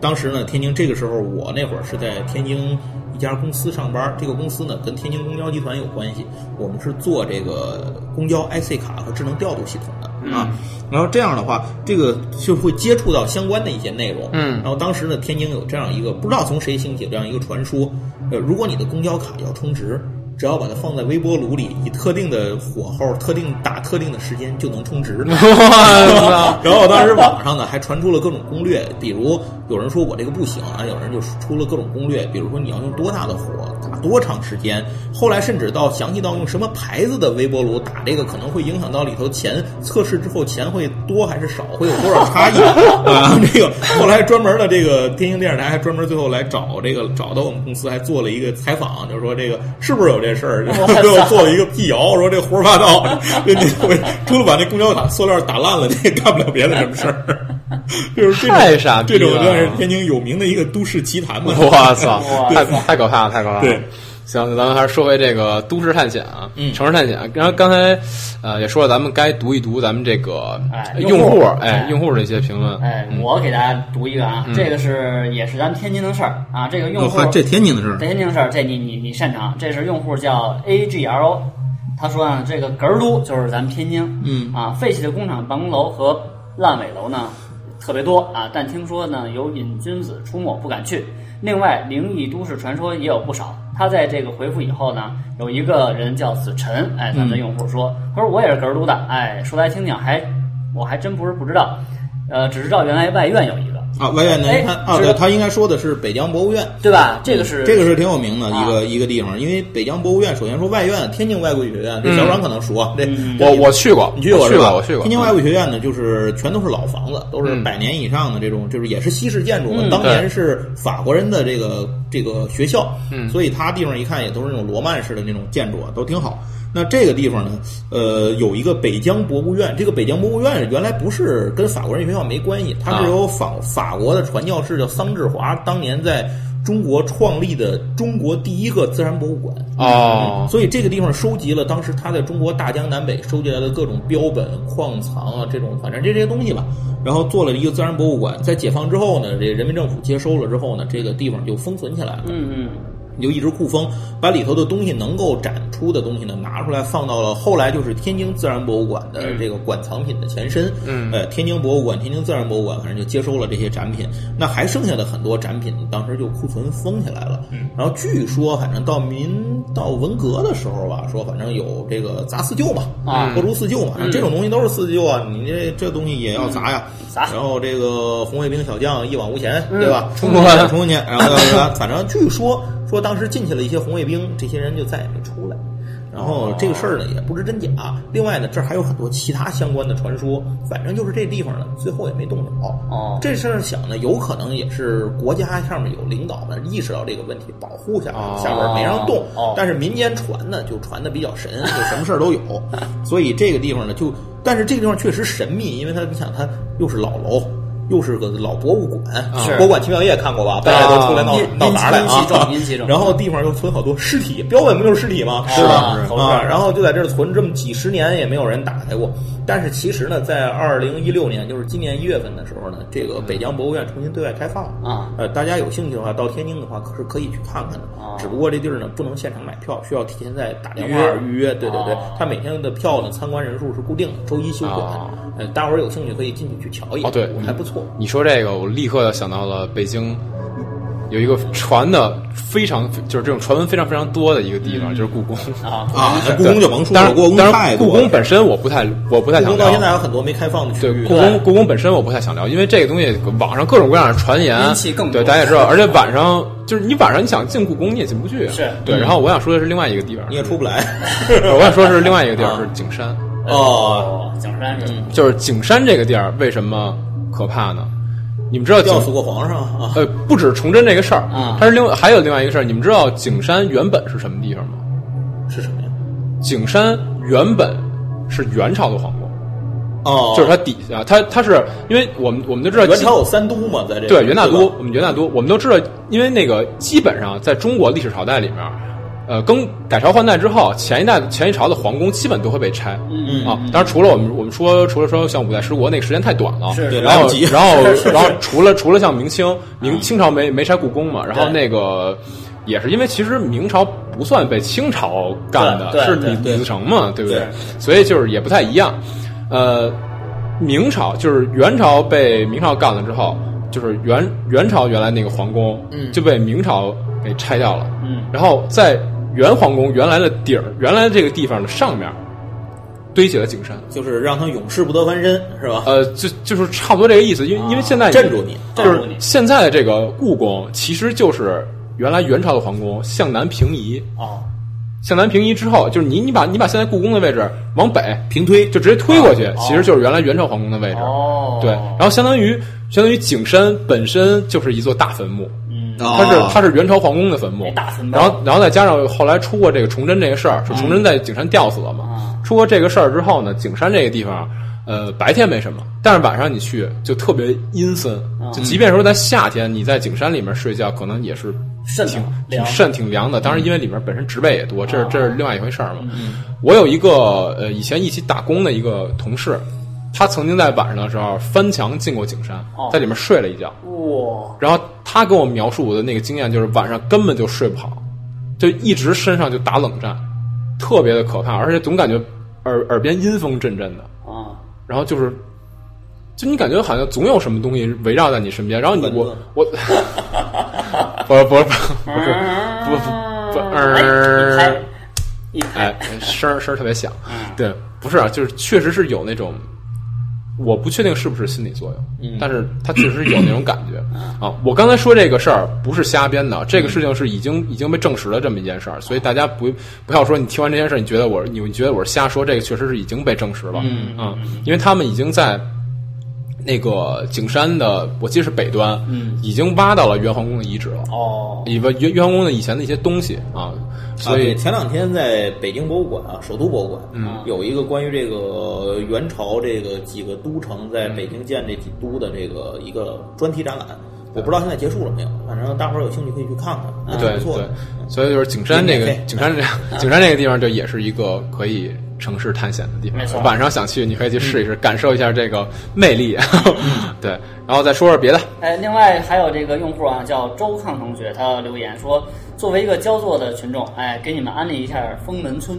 当时呢，天津这个时候我那会儿是在天津一家公司上班，这个公司呢跟天津公交集团有关系，我们是做这个公交 IC 卡和智能调度系统的啊。然后这样的话，这个就会接触到相关的一些内容。嗯然后当时呢，天津有这样一个不知道从谁兴起的这样一个传说，呃，如果你的公交卡要充值，只要把它放在微波炉里，以特定的火候、特定打特定的时间就能充 值。我操！然后当时网上呢还传出了各种攻略，比如有人说我这个不行啊，有人就出了各种攻略，比如说你要用多大的火打多长时间，后来甚至到详细到用什么牌子的微波炉打这个，可能会影响到里头钱测试之后钱会多还是少，会有多少差异 啊？这个后来专门的这个天津电视台还专门最后来找这个找到我们公司还做了一个采访，就是说这个是不是有这事儿？然 后最后做了一个辟谣，说这胡说八道，这这回除了把那公交卡塑料打烂了，这也干不了别的什么事儿。就是这种太傻逼这了种算是天津有名的一个都市奇谈嘛。我操，太哇太可怕了，太可怕了。对。行，咱们还是说回这个都市探险啊，嗯城市探险。然后刚才，呃，也说了，咱们该读一读咱们这个哎用户用户，哎哎，用户的一些评论。哎，我给大家读一个啊，嗯这个是也是咱们天津的事儿啊，这个用户还这天津的事儿，天津的事儿，这你你你擅长。这是用户叫 A G L，他说啊，这个哏儿都就是咱们天津，嗯啊，废弃的工厂、办公楼和烂尾楼呢特别多啊，但听说呢有瘾君子出没，不敢去。另外，灵异都市传说也有不少。他在这个回复以后呢，有一个人叫子晨，哎，嗯咱们的用户说，他说我也是哏儿都的，哎，说来听听，还我还真不是不知道，呃，只知道原来外院有一个，啊，外院呢哎？他啊，是对，他应该说的是北疆博物院。对吧？这个是这个是挺有名的一个、啊一个地方，因为北疆博物院，首先说外院，天津外国语学院，这嗯小阮可能熟啊。这我我去过，你去我过去是吧？过，我去过。天津外嗯国语学院呢，就是全都是老房子，都是嗯百年以上的这种，就是也是西式建筑嘛。嗯当年是法国人的这个这个学校，嗯所以它地方一看也都是那种罗曼式的那种建筑啊，都挺好。那这个地方呢，呃，有一个北疆博物院。这个北疆博物院原来不是跟法国人学校没关系，它啊是由法法国的传教士叫桑志华当年在中国创立的中国第一个自然博物馆。哦，所以这个地方收集了当时他在中国大江南北收集来的各种标本、矿藏啊，这种反正这这些东西吧，然后做了一个自然博物馆。在解放之后呢，这人民政府接收了之后呢，这个地方就封存起来了，嗯嗯。你就一直库封，把里头的东西能够展出的东西呢拿出来放到了后来就是天津自然博物馆的这个馆藏品的前身，嗯呃，天津博物馆、天津自然博物馆，反正就接收了这些展品。那还剩下的很多展品，当时就库存封起来了。嗯，然后据说，反正到民到文革的时候吧，说反正有这个砸四旧嘛，啊各出四旧嘛，这种东西都是四旧啊，你这这东西也要砸呀，砸然后这个红卫兵小将一往无前，对吧？嗯冲过来冲进去，然后要不然反正据说说当时进去了一些红卫兵，这些人就再也没出来。然后这个事儿呢也不知真假。另外呢，这儿还有很多其他相关的传说，反正就是这地方呢，最后也没动了。哦这事儿想呢，有可能也是国家上面有领导们意识到这个问题，保护下面、哦下边没让动。哦但是民间传呢，就传的比较神，就什么事儿都有。所以这个地方呢，就但是这个地方确实神秘，因为它你想，它又是老楼。又是个老博物馆，是博物馆奇妙夜看过吧？大家都出来闹阴闹哪儿来阴气重啊？阴气重然后地方又存好多尸体，标本不就是尸体吗？啊是吧？是啊，然后就在这儿存这么几十年，也没有人打开过。但是其实呢，在二零一六年，就是今年一月份的时候呢，这个北疆博物院重新对外开放了。啊呃，大家有兴趣的话，到天津的话，可是可以去看看的啊哦。只不过这地儿呢，不能现场买票，需要提前再打电预话约预约。对对对啊哦，它每天的票呢，参观人数是固定的，周一休哦馆。呃，大伙儿有兴趣可以进去去瞧一眼。哦对还不错。你说这个，我立刻想到了北京有一个传的非常，就是这种传闻非常非常多的一个地方，就是故宫。啊嗯啊对当然当然，故宫本身我不太，我不太故想宫聊。到现在还有很多没开放的区对域。故宫，故宫本身我不太想聊，因为这个东西网上各种各样的传言阴气更多对，大家也知道，而且晚上就是你晚上你想进故宫你也进不去啊，是嗯对。然后我想说的是另外一个地方，你也出不 来。我想说的是另外一个地 啊方是景山，哦，景山是就是景山这个地儿为什么可怕呢？你们知道景吊死过皇上啊！呃不止崇祯这个事儿啊它是另外还有另外一个事儿，你们知道景山原本是什么地方吗？是什么呀？景山原本是元朝的皇宫，哦，就是它底下，它它是因为我们我们都知道元朝有三都嘛，在这个对元大都吧，我们元大都，我们都知道，因为那个基本上在中国历史朝代里面，呃，更改朝换代之后，前一代前一朝的皇宫基本都会被拆。嗯啊，当然除了我们我们说，除了说像五代十国那个时间太短了，是对然来后不及然后然后除了除了像明嗯清明清朝没没拆故宫嘛，然后那个。也是因为其实明朝不算被清朝干的，对对是对李对李自成嘛，对不对对？所以就是也不太一样。呃，明朝就是元朝被明朝干了之后，就是元元朝原来那个皇宫，嗯就被明朝给拆掉了。嗯然后在元皇宫原来的底儿，原来这个地方的上面堆起了景山。就是让他永世不得翻身，是吧？呃，就就是差不多这个意思，因为、因为现在镇住你就啊镇是住你现在的这个故宫其实就是原来元朝的皇宫向南平移，哦向南平移之后，就是你你把你把现在故宫的位置往北平推就直接推过去，其实就是原来元朝皇宫的位置。啊哦对，然后相当于相当于景山本身就是一座大坟墓，嗯啊哦它是它是元朝皇宫的坟墓，大坟包嗯然后然后再加上后来出过这个崇祯这个事儿，是崇祯在景山吊死了嘛？啊出过这个事儿之后呢，景山这个地方，呃，白天没什么，但是晚上你去就特别阴森，嗯就即便说在夏天，你在景山里面睡觉，可能也是肾挺挺凉嗯哦肾挺凉的。当然，因为里面本身植被也多，这是这是另外一回事儿嘛。我有一个呃以前一起打工的一个同事，他曾经在晚上的时候翻墙进过景山哦，在里面睡了一觉。哇然后他跟我描述我的那个经验就是晚上根本就睡不好，就一直身上就打冷战，特别的可怕，而且总感觉耳耳边阴风阵阵的，啊然后就是。就你感觉好像总有什么东西围绕在你身边，然后你蚊子我我，不是不是不是不不不，啊哎嗯，一拍哎，声儿声儿特别响，嗯对，不是啊，就是确实是有那种，我不确定是不是心理作用，嗯但是它确实有那种感觉啊。我刚才说这个事儿不是瞎编的，啊这个事情是已经已经被证实了这么一件事儿，所嗯以大家不不要说你听完这件事儿，你觉得我你你觉得我是瞎说，这个确实是已经被证实了，嗯啊，因为他们已经在。那个景山的，我记得是北端，嗯已经挖到了元皇宫的遗址了，哦以为元元皇宫的以前的一些东西啊，啊所以对，前两天在北京博物馆啊，首都博物馆，嗯有一个关于这个元朝这个几个都城在北京建这几都的这个一个专题展览，嗯我不知道现在结束了没有，反正大伙儿有兴趣可以去看看，还对挺不错对啊的。，嗯所以就是景山这个免费景 山这景山这个地方，就也是一个可以城市探险的地没错方。晚上想去，你可以去试一嗯试，感受一下这个魅 力。对，然后再说说别的。哎，另外还有这个用户啊，叫周抗同学，他留言说，作为一个焦作的群众，哎，给你们安利一下封门村，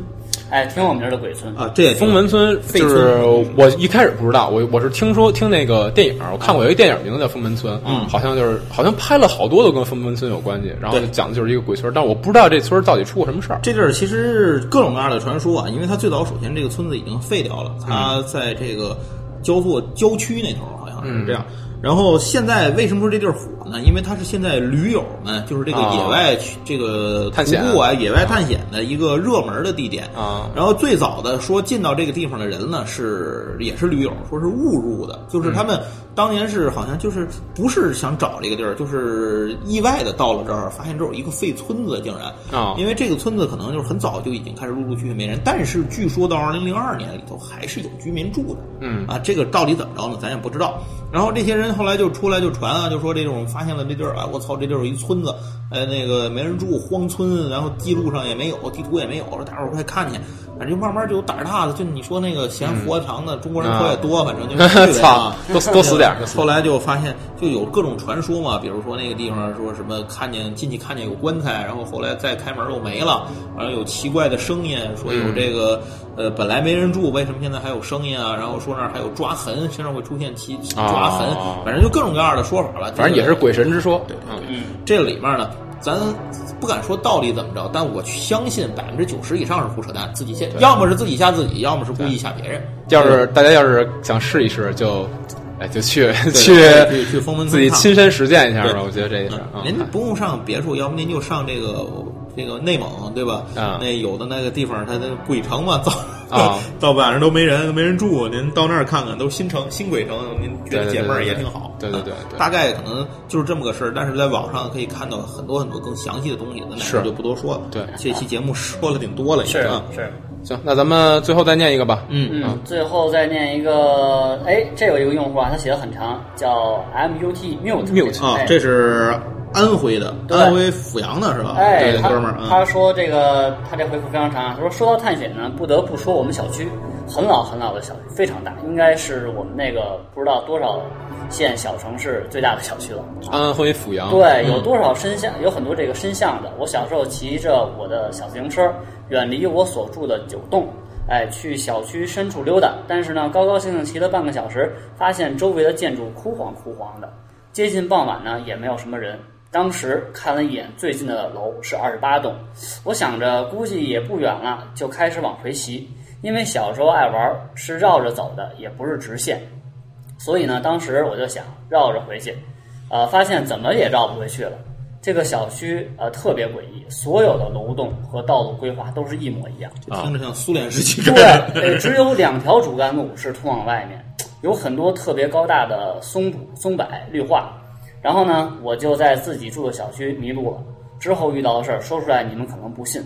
哎，挺有名儿的鬼村啊，这也挺封门村废就是村我一开始不知道，我我是听说听那个电影，我看过有一电影名字叫《封门村》，嗯，好像就是好像拍了好多都跟封门村有关系，然后对讲的就是一个鬼村，但我不知道这村到底出过什么事儿。这地儿其实是各种各样的传说啊，因为它最早首先这个村子已经废掉了，嗯它在嗯这个焦作郊区那头儿好像是这样。然后现在为什么说这地儿火么呢？因为它是现在驴友们，就是这个啊野外去这个探险徒步啊、野外探险的一个热门的地点啊然后最早的说进到这个地方的人呢，是也是驴友，说是误入的，就是嗯他们当年是好像就是不是想找这个地儿，就是意外的到了这儿，发现这儿有一个废村子，竟然啊因为这个村子可能就是很早就已经开始陆陆续续没人，但是据说到二零零二年里头还是有居民住的，嗯啊，这个到底怎么着呢？咱也不知道。然后这些人后来就出来就传啊，就说这种发现了这地儿啊，我操，这地儿有一村子，呃，那个没人住，荒村，然后记录上也没有，地图也没有，说大伙儿快看去。反正就慢慢就有胆儿大的，就你说那个嫌活长的、中国人口也多，反正就是嗯啊 啊操，多多死点儿，后来就发现，就有各种传说嘛，比如说那个地方说什么看见进去看见有棺材，然后后来再开门又没了，完了有奇怪的声音，说有这个、呃本来没人住，为什么现在还有声音啊？然后说那儿还有抓痕，身上会出现奇抓痕，哦反正就各种各样的说法了。反正也是鬼神之说。嗯，这里面呢，咱不敢说到底怎么着，但我相信百分之九十以上是胡扯淡，自己吓，要么是自己吓自己，要么是故意吓别人。要是大家要是想试一试，就哎就 去去去封门自己看看亲身实践一下吧。对我觉得这一下，嗯您不用上别处，要不您就上这个这个内蒙，对吧？啊那有的那个地方，它那鬼城嘛，到啊 到晚上都没人，没人住。您到那儿看看，都是新城、新鬼城，您觉得对对解闷儿对也对挺好。对对对啊对大概可能就是这么个事儿。但是在网上可以看到很多很多更详细的东西，咱是俩就不多说了。对这期节目说了挺多了，已经是啊。是，行，那咱们最后再念一个吧。嗯啊嗯，最后再念一个，哎，这有一个用户啊，他写的很长，叫 M U T mute Mute，啊哎，这是安徽的，对安徽阜阳的是吧？哎，这个他哥们儿啊。他说这个他这回复非常长啊，他说说到探险呢，不得不说我们小区很老很老的小区，非常大，应该是我们那个不知道多少县小城市最大的小区了。安徽阜阳，对，有多少深巷，有很多这个深巷的。我小时候骑着我的小自行车，远离我所住的九栋，哎，去小区深处溜达。但是呢，高高兴兴骑了半个小时，发现周围的建筑枯黄枯黄的。接近傍晚呢，也没有什么人。当时看了一眼最近的楼是二十八栋，我想着估计也不远了，就开始往回骑。因为小时候爱玩，是绕着走的，也不是直线。所以呢，当时我就想绕着回去，呃，发现怎么也绕不回去了。这个小区呃特别诡异，所有的楼栋和道路规划都是一模一样。这听着像苏联时期对干的， 呃，只有两条主干路是通往外面，有很多特别高大的松柏、 松柏、绿化。然后呢，我就在自己住的小区迷路了。之后遇到的事儿说出来你们可能不信，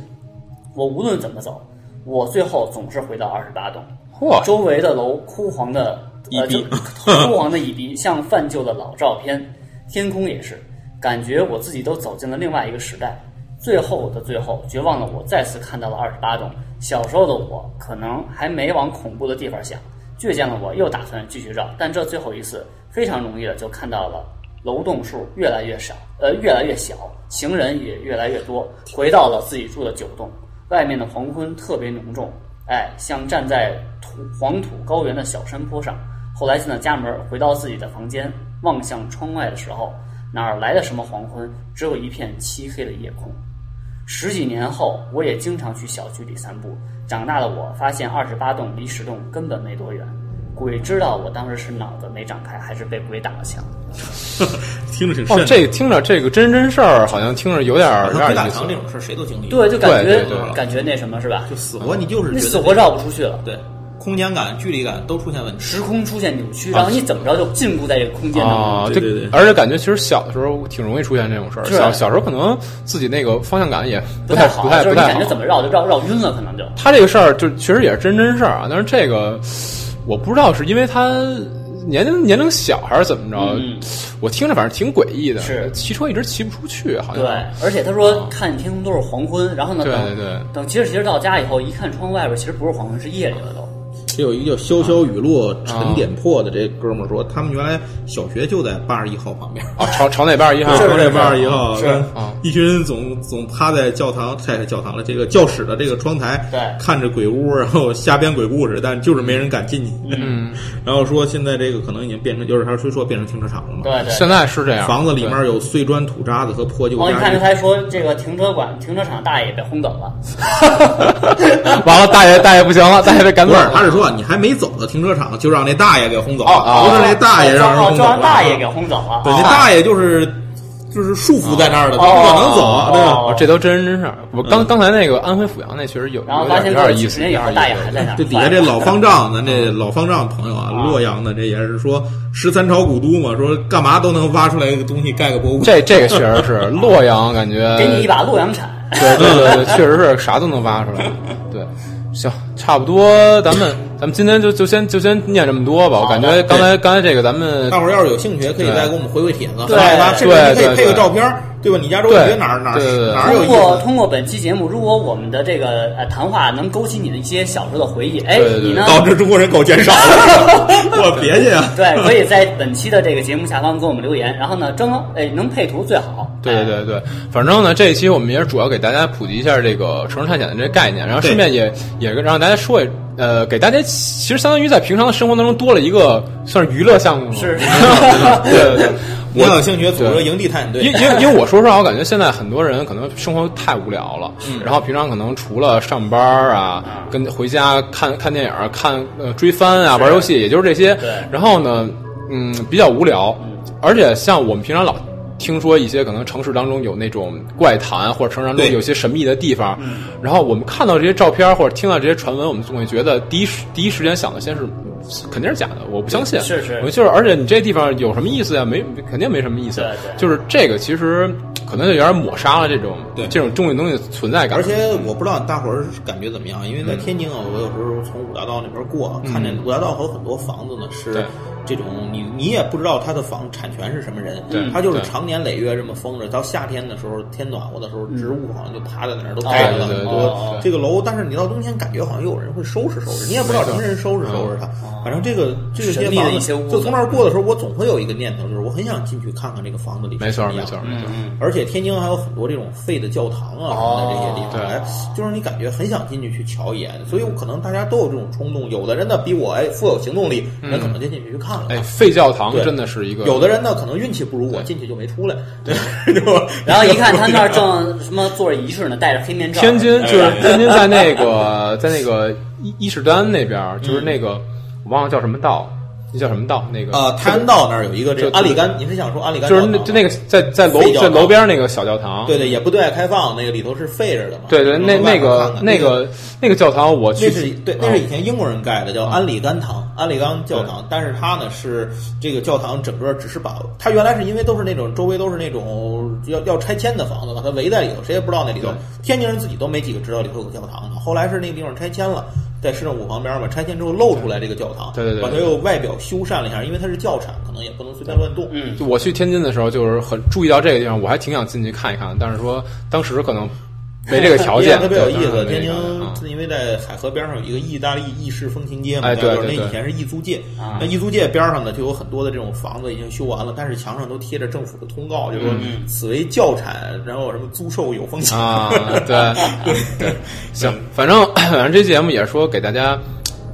我无论怎么走，我最后总是回到二十八栋。嚯，周围的楼枯黄的呃，一就地 枯黄的一地，像泛旧的老照片。天空也是，感觉我自己都走进了另外一个时代。最后的最后，绝望的我再次看到了二十八栋。小时候的我可能还没往恐怖的地方想，倔强的我又打算继续绕，但这最后一次非常容易的就看到了楼栋数越来越少，呃，越来越小，行人也越来越多，回到了自己住的九栋。外面的黄昏特别浓重，哎，像站在土黄土高原的小山坡上。后来进了家门，回到自己的房间，望向窗外的时候，哪儿来的什么黄昏？只有一片漆黑的夜空。十几年后，我也经常去小区里散步。长大的我发现，二十八栋离十栋根本没多远。鬼知道我当时是脑子没长开，还是被鬼打了墙。听着挺瘆哦，的。这听着这个真人真事儿，好像听着有点儿有点像鬼儿打意思墙。这种事儿谁都经历过，对，就感觉对对对感觉那什么是吧？就死活你就是你觉得死活绕不出去了，对，空间感、距离感都出现问题。时空出现扭曲，然后你怎么着就禁锢在这个空间当中。啊，对这对对而且感觉其实小的时候挺容易出现这种事儿。是小小时候可能自己那个方向感也不太太好，不太就是不你太啊感觉好怎。么绕就绕绕晕了，可能就他这个事儿就其实也是真真事儿啊，但是这个我不知道是因为他年龄年龄小还是怎么着，嗯我听着反正挺诡异的。是骑车一直骑不出去，好像对。而且他说看天空都是黄昏，然后呢，对等对对等，其实其实到家以后一看窗外边，其实不是黄昏，是夜里了都。有一个叫“潇潇雨落沉点破”的这哥们儿说，他们原来小学就在八十一号旁边。啊，朝朝那边儿一看，是就在八十一号，是跟啊一群人总总趴在教堂，在教堂了，这个教室的这个窗台，对看着鬼屋，然后瞎编鬼故事，但就是没人敢进去。嗯，然后说现在这个可能已经变成，就是他说说变成停车场了嘛。对对。现在是这啊样。房子里对面有碎砖、土渣子和破旧哦，你家看具这。才说这个停车馆、停车场大爷被轰走了， 完了，大爷大爷不行了，大爷被赶走不是，了。他是说啊你还没走到停车场，就让那大爷给轰走哦了，不是那大爷让人哦轰就走让了。大爷给轰走了。对，那哦大爷就是就是束缚在那儿的，哦他不可能走啊，对吧？哦哦，这都真人真事儿。我嗯刚刚才那个安徽阜阳那确实有，然后有发点现有过了点几意十思，年以后，大爷还在那儿。这底下这老方丈，咱这老方丈朋友啊，洛阳的这也是说十三朝古都嘛，说干嘛都能挖出来一个东西盖个博物馆。这这个确实是洛阳，感觉给你一把洛阳铲， 对对对对，确实是啥都能挖出来。 对，行，差不多，咱们咱们今天就就先就先念这么多吧。我感觉刚才刚才这个咱们大伙儿要是有兴趣，可以对再给我们回回帖子，对发一发，甚至你可对以对配对个照片儿，对吧？你家周对围哪儿哪儿对对对哪儿有通意过思？通过本期节目，如果我们的这个呃谈话能勾起你的一些小时候的回忆，哎，对对对你呢？导致中国人口减少了，我别介啊！ 对，可以在本期的这个节目下方给我们留言，然后呢，征哎能配图最好。对对对，反正呢，这一期我们也是主要给大家普及一下这个城市探险的这个概念，然后顺便也也让大家说一，呃，给大家其实相当于在平常的生活当中多了一个算是娱乐项目嘛。是对对 对，你要有兴趣，组织对营地探险因队，因因为我说实话，我感觉现在很多人可能生活太无聊了，然后平常可能除了上班啊，跟回家看看电影儿、看呃追番啊、玩游戏，也就是这些对。然后呢，嗯，比较无聊，而且像我们平常老。听说一些可能城市当中有那种怪谈，或者城市当中对有些神秘的地方，然后我们看到这些照片儿或者听到这些传闻，我们总会觉得第一时第一时间想的先是肯定是假的，我不相信。是是我就是，而且你这地方有什么意思呀？没，肯定没什么意思。对对就是这个其实可能就有点抹杀了这种对这种东西东西的存在感。嗯而且我不知道大伙儿感觉怎么样，因为在天津啊，我有时候从五大道那边过，看见五大道口很多房子呢是对这种，你你也不知道它的房产权是什么人对，它就是对常年累月这么封着，到夏天的时候天暖和的时候，植物好像就趴在那儿都哦盖了很哎对对对多对这个楼，但是你到冬天感觉好像又有人会收拾收拾，你也不知道什么人收拾收嗯拾它，哦反正这个这神些秘的房一些子屋子就从那儿过的时候，我总会有一个念头，就是我很想进去看看这个房子里是没错什儿，么没样错儿，的没嗯错儿。而且天津还有很多这种废的教堂啊什么的这些地方，哦哎，就是你感觉很想进去去瞧一眼，所以我可能大家都有这种冲动。有的人呢比我哎富有行动力，人可能就进去去看了。哎，废教堂对真的是一个有的人呢可能运气不如我，进去就没出来。 对，就 然后一看他那儿 正什么做着仪式呢，戴着黑面罩。天津哎就是天津在那个在那个伊伊势丹那边儿，嗯就是那个我忘了叫什么道，那叫什么道？那个啊，泰安道那儿有一个这就个阿里干，你是想说阿里干就教是堂那吗？就那个在在楼废教在堂楼边儿那个小教堂。对对，也不对外开放，那个里头是废着的嘛。对对，你那从外那头看个看那个那个教堂，我去啊那是对，那是以前英国人盖的，叫安里甘堂、安里冈教堂。但是它呢是这个教堂整个只是把它原来是因为都是那种周围都是那种要要拆迁的房子，把它围在里头，谁也不知道那里头对。天津人自己都没几个知道里头有个教堂的。后来是那个地方拆迁了，在市政府旁边嘛，拆迁之后露出来这个教堂，对对对对把它又外表修缮了一下，因为它是教产，可能也不能随便乱动。嗯，就我去天津的时候，就是很注意到这个地方，我还挺想进去看一看，但是说当时可能没这个条 件，特别有意对思。天津当时没这个条件啊因为在海河边上有一个意大利意式风情街嘛，哎对就是对那对以前是易租界啊，那易租界边上呢就有很多的这种房子已经修完了，但是墙上都贴着政府的通告，就嗯说此为教产，然后什么租售有风险。啊， 对 对，行，反正 反正这节目也是说给大家。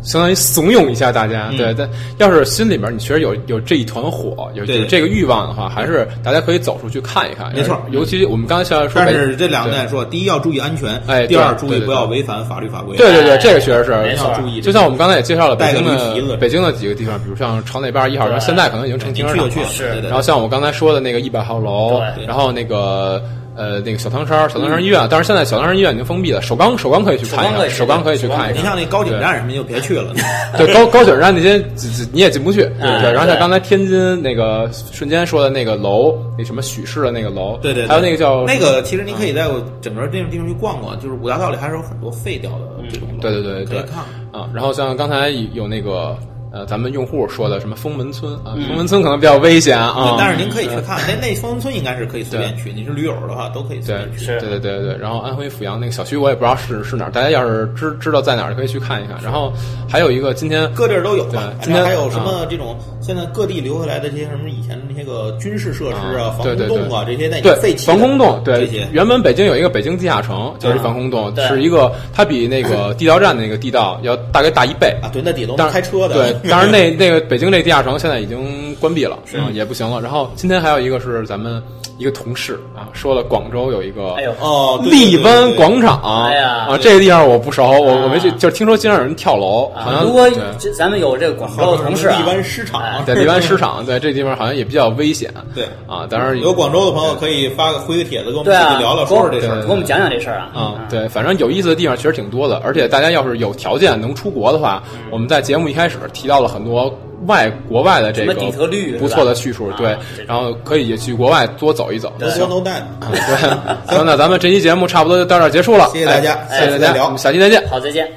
相当于怂恿一下大家，嗯对，但要是心里边你确实有有这一团火，有对有这个欲望的话，还是大家可以走出去看一看。没错尤其我们刚才像说但北，是这两对点说，第一要注意安全，哎第二对注意对对不要对违反法律法规。对对对，这个确实是没错要注意这个就像我们刚才也介绍了北京带个驴蹄子的北京的几个地方，比如像朝内边一号，然后现在可能已经成停车场你去就了。去是对对对然后像我刚才说的那个一百号楼，对然后那个呃那个小汤山儿小汤山医院，嗯但是现在小汤山医院已经封闭了，首钢首钢可以去看一看，首首钢钢可可以以去去看看一一你看。像那高井站什么就别去了。对高高井站那些只只你也进不去，嗯对。然后对像刚才天津那个瞬间说的那个楼，那什么许氏的那个楼， 对对，对还有那个叫啊那个，其实你可以在我整个这个地方去逛逛，就是五大道里还是有很多废掉的这种楼，嗯对对对可对以看看。啊，然后像刚才有那个呃，咱们用户说的什么封门村啊，封门村可能比较危险啊嗯对，，但是您可以去看，那那封村应该是可以随便去，你是驴友的话都可以随对便去。是对对对对。然后安徽阜阳那个小区我也不知道是是哪儿，大家要是知知道在哪儿可以去看一看。然后还有一个今天各地儿都有吧，对反今天啊正还有什么这种现在各地留下来的这些什么以前的那些个军事设施啊、防对空对洞啊这对些，那已对经废弃的防空洞，对这些，啊原本北京有一个北京地下城，就是防空洞，对是一个它比那个地道战那个地道要大概大一倍。啊，对，那底都当能然开车的，对，当然 那那个北京这地下城现在已经关闭了，啊、也不行了。然后今天还有一个是咱们一个同事啊，说了广州有一个哎呦，哦，对荔湾。对对对对广场，哎呀啊，这个地方我不熟，我啊我没去，就是听说经常有人跳楼，好啊，像如果对这咱们有这个广还有州什么的同事啊荔，湾市场啊，在荔湾市场，对这地方好像也比较到危险。对啊，当然有广州的朋友可以发个回个帖子跟我们对具啊，体聊聊，给说我说这事儿对。给我们讲讲这事儿啊。啊，对，反正有意思的地方其实挺多的，而且大家要是有条件能出国的话，嗯我们在节目一开始提到了很多外国外的这个什么底特律不错的去处是，吧对啊这，种然后可以去国外多走一走。能行说能带，啊对，行，那咱们这期节目差不多就到这儿结束了，谢谢大家哎谢谢下次大再家，聊我们下期再见。好，再见。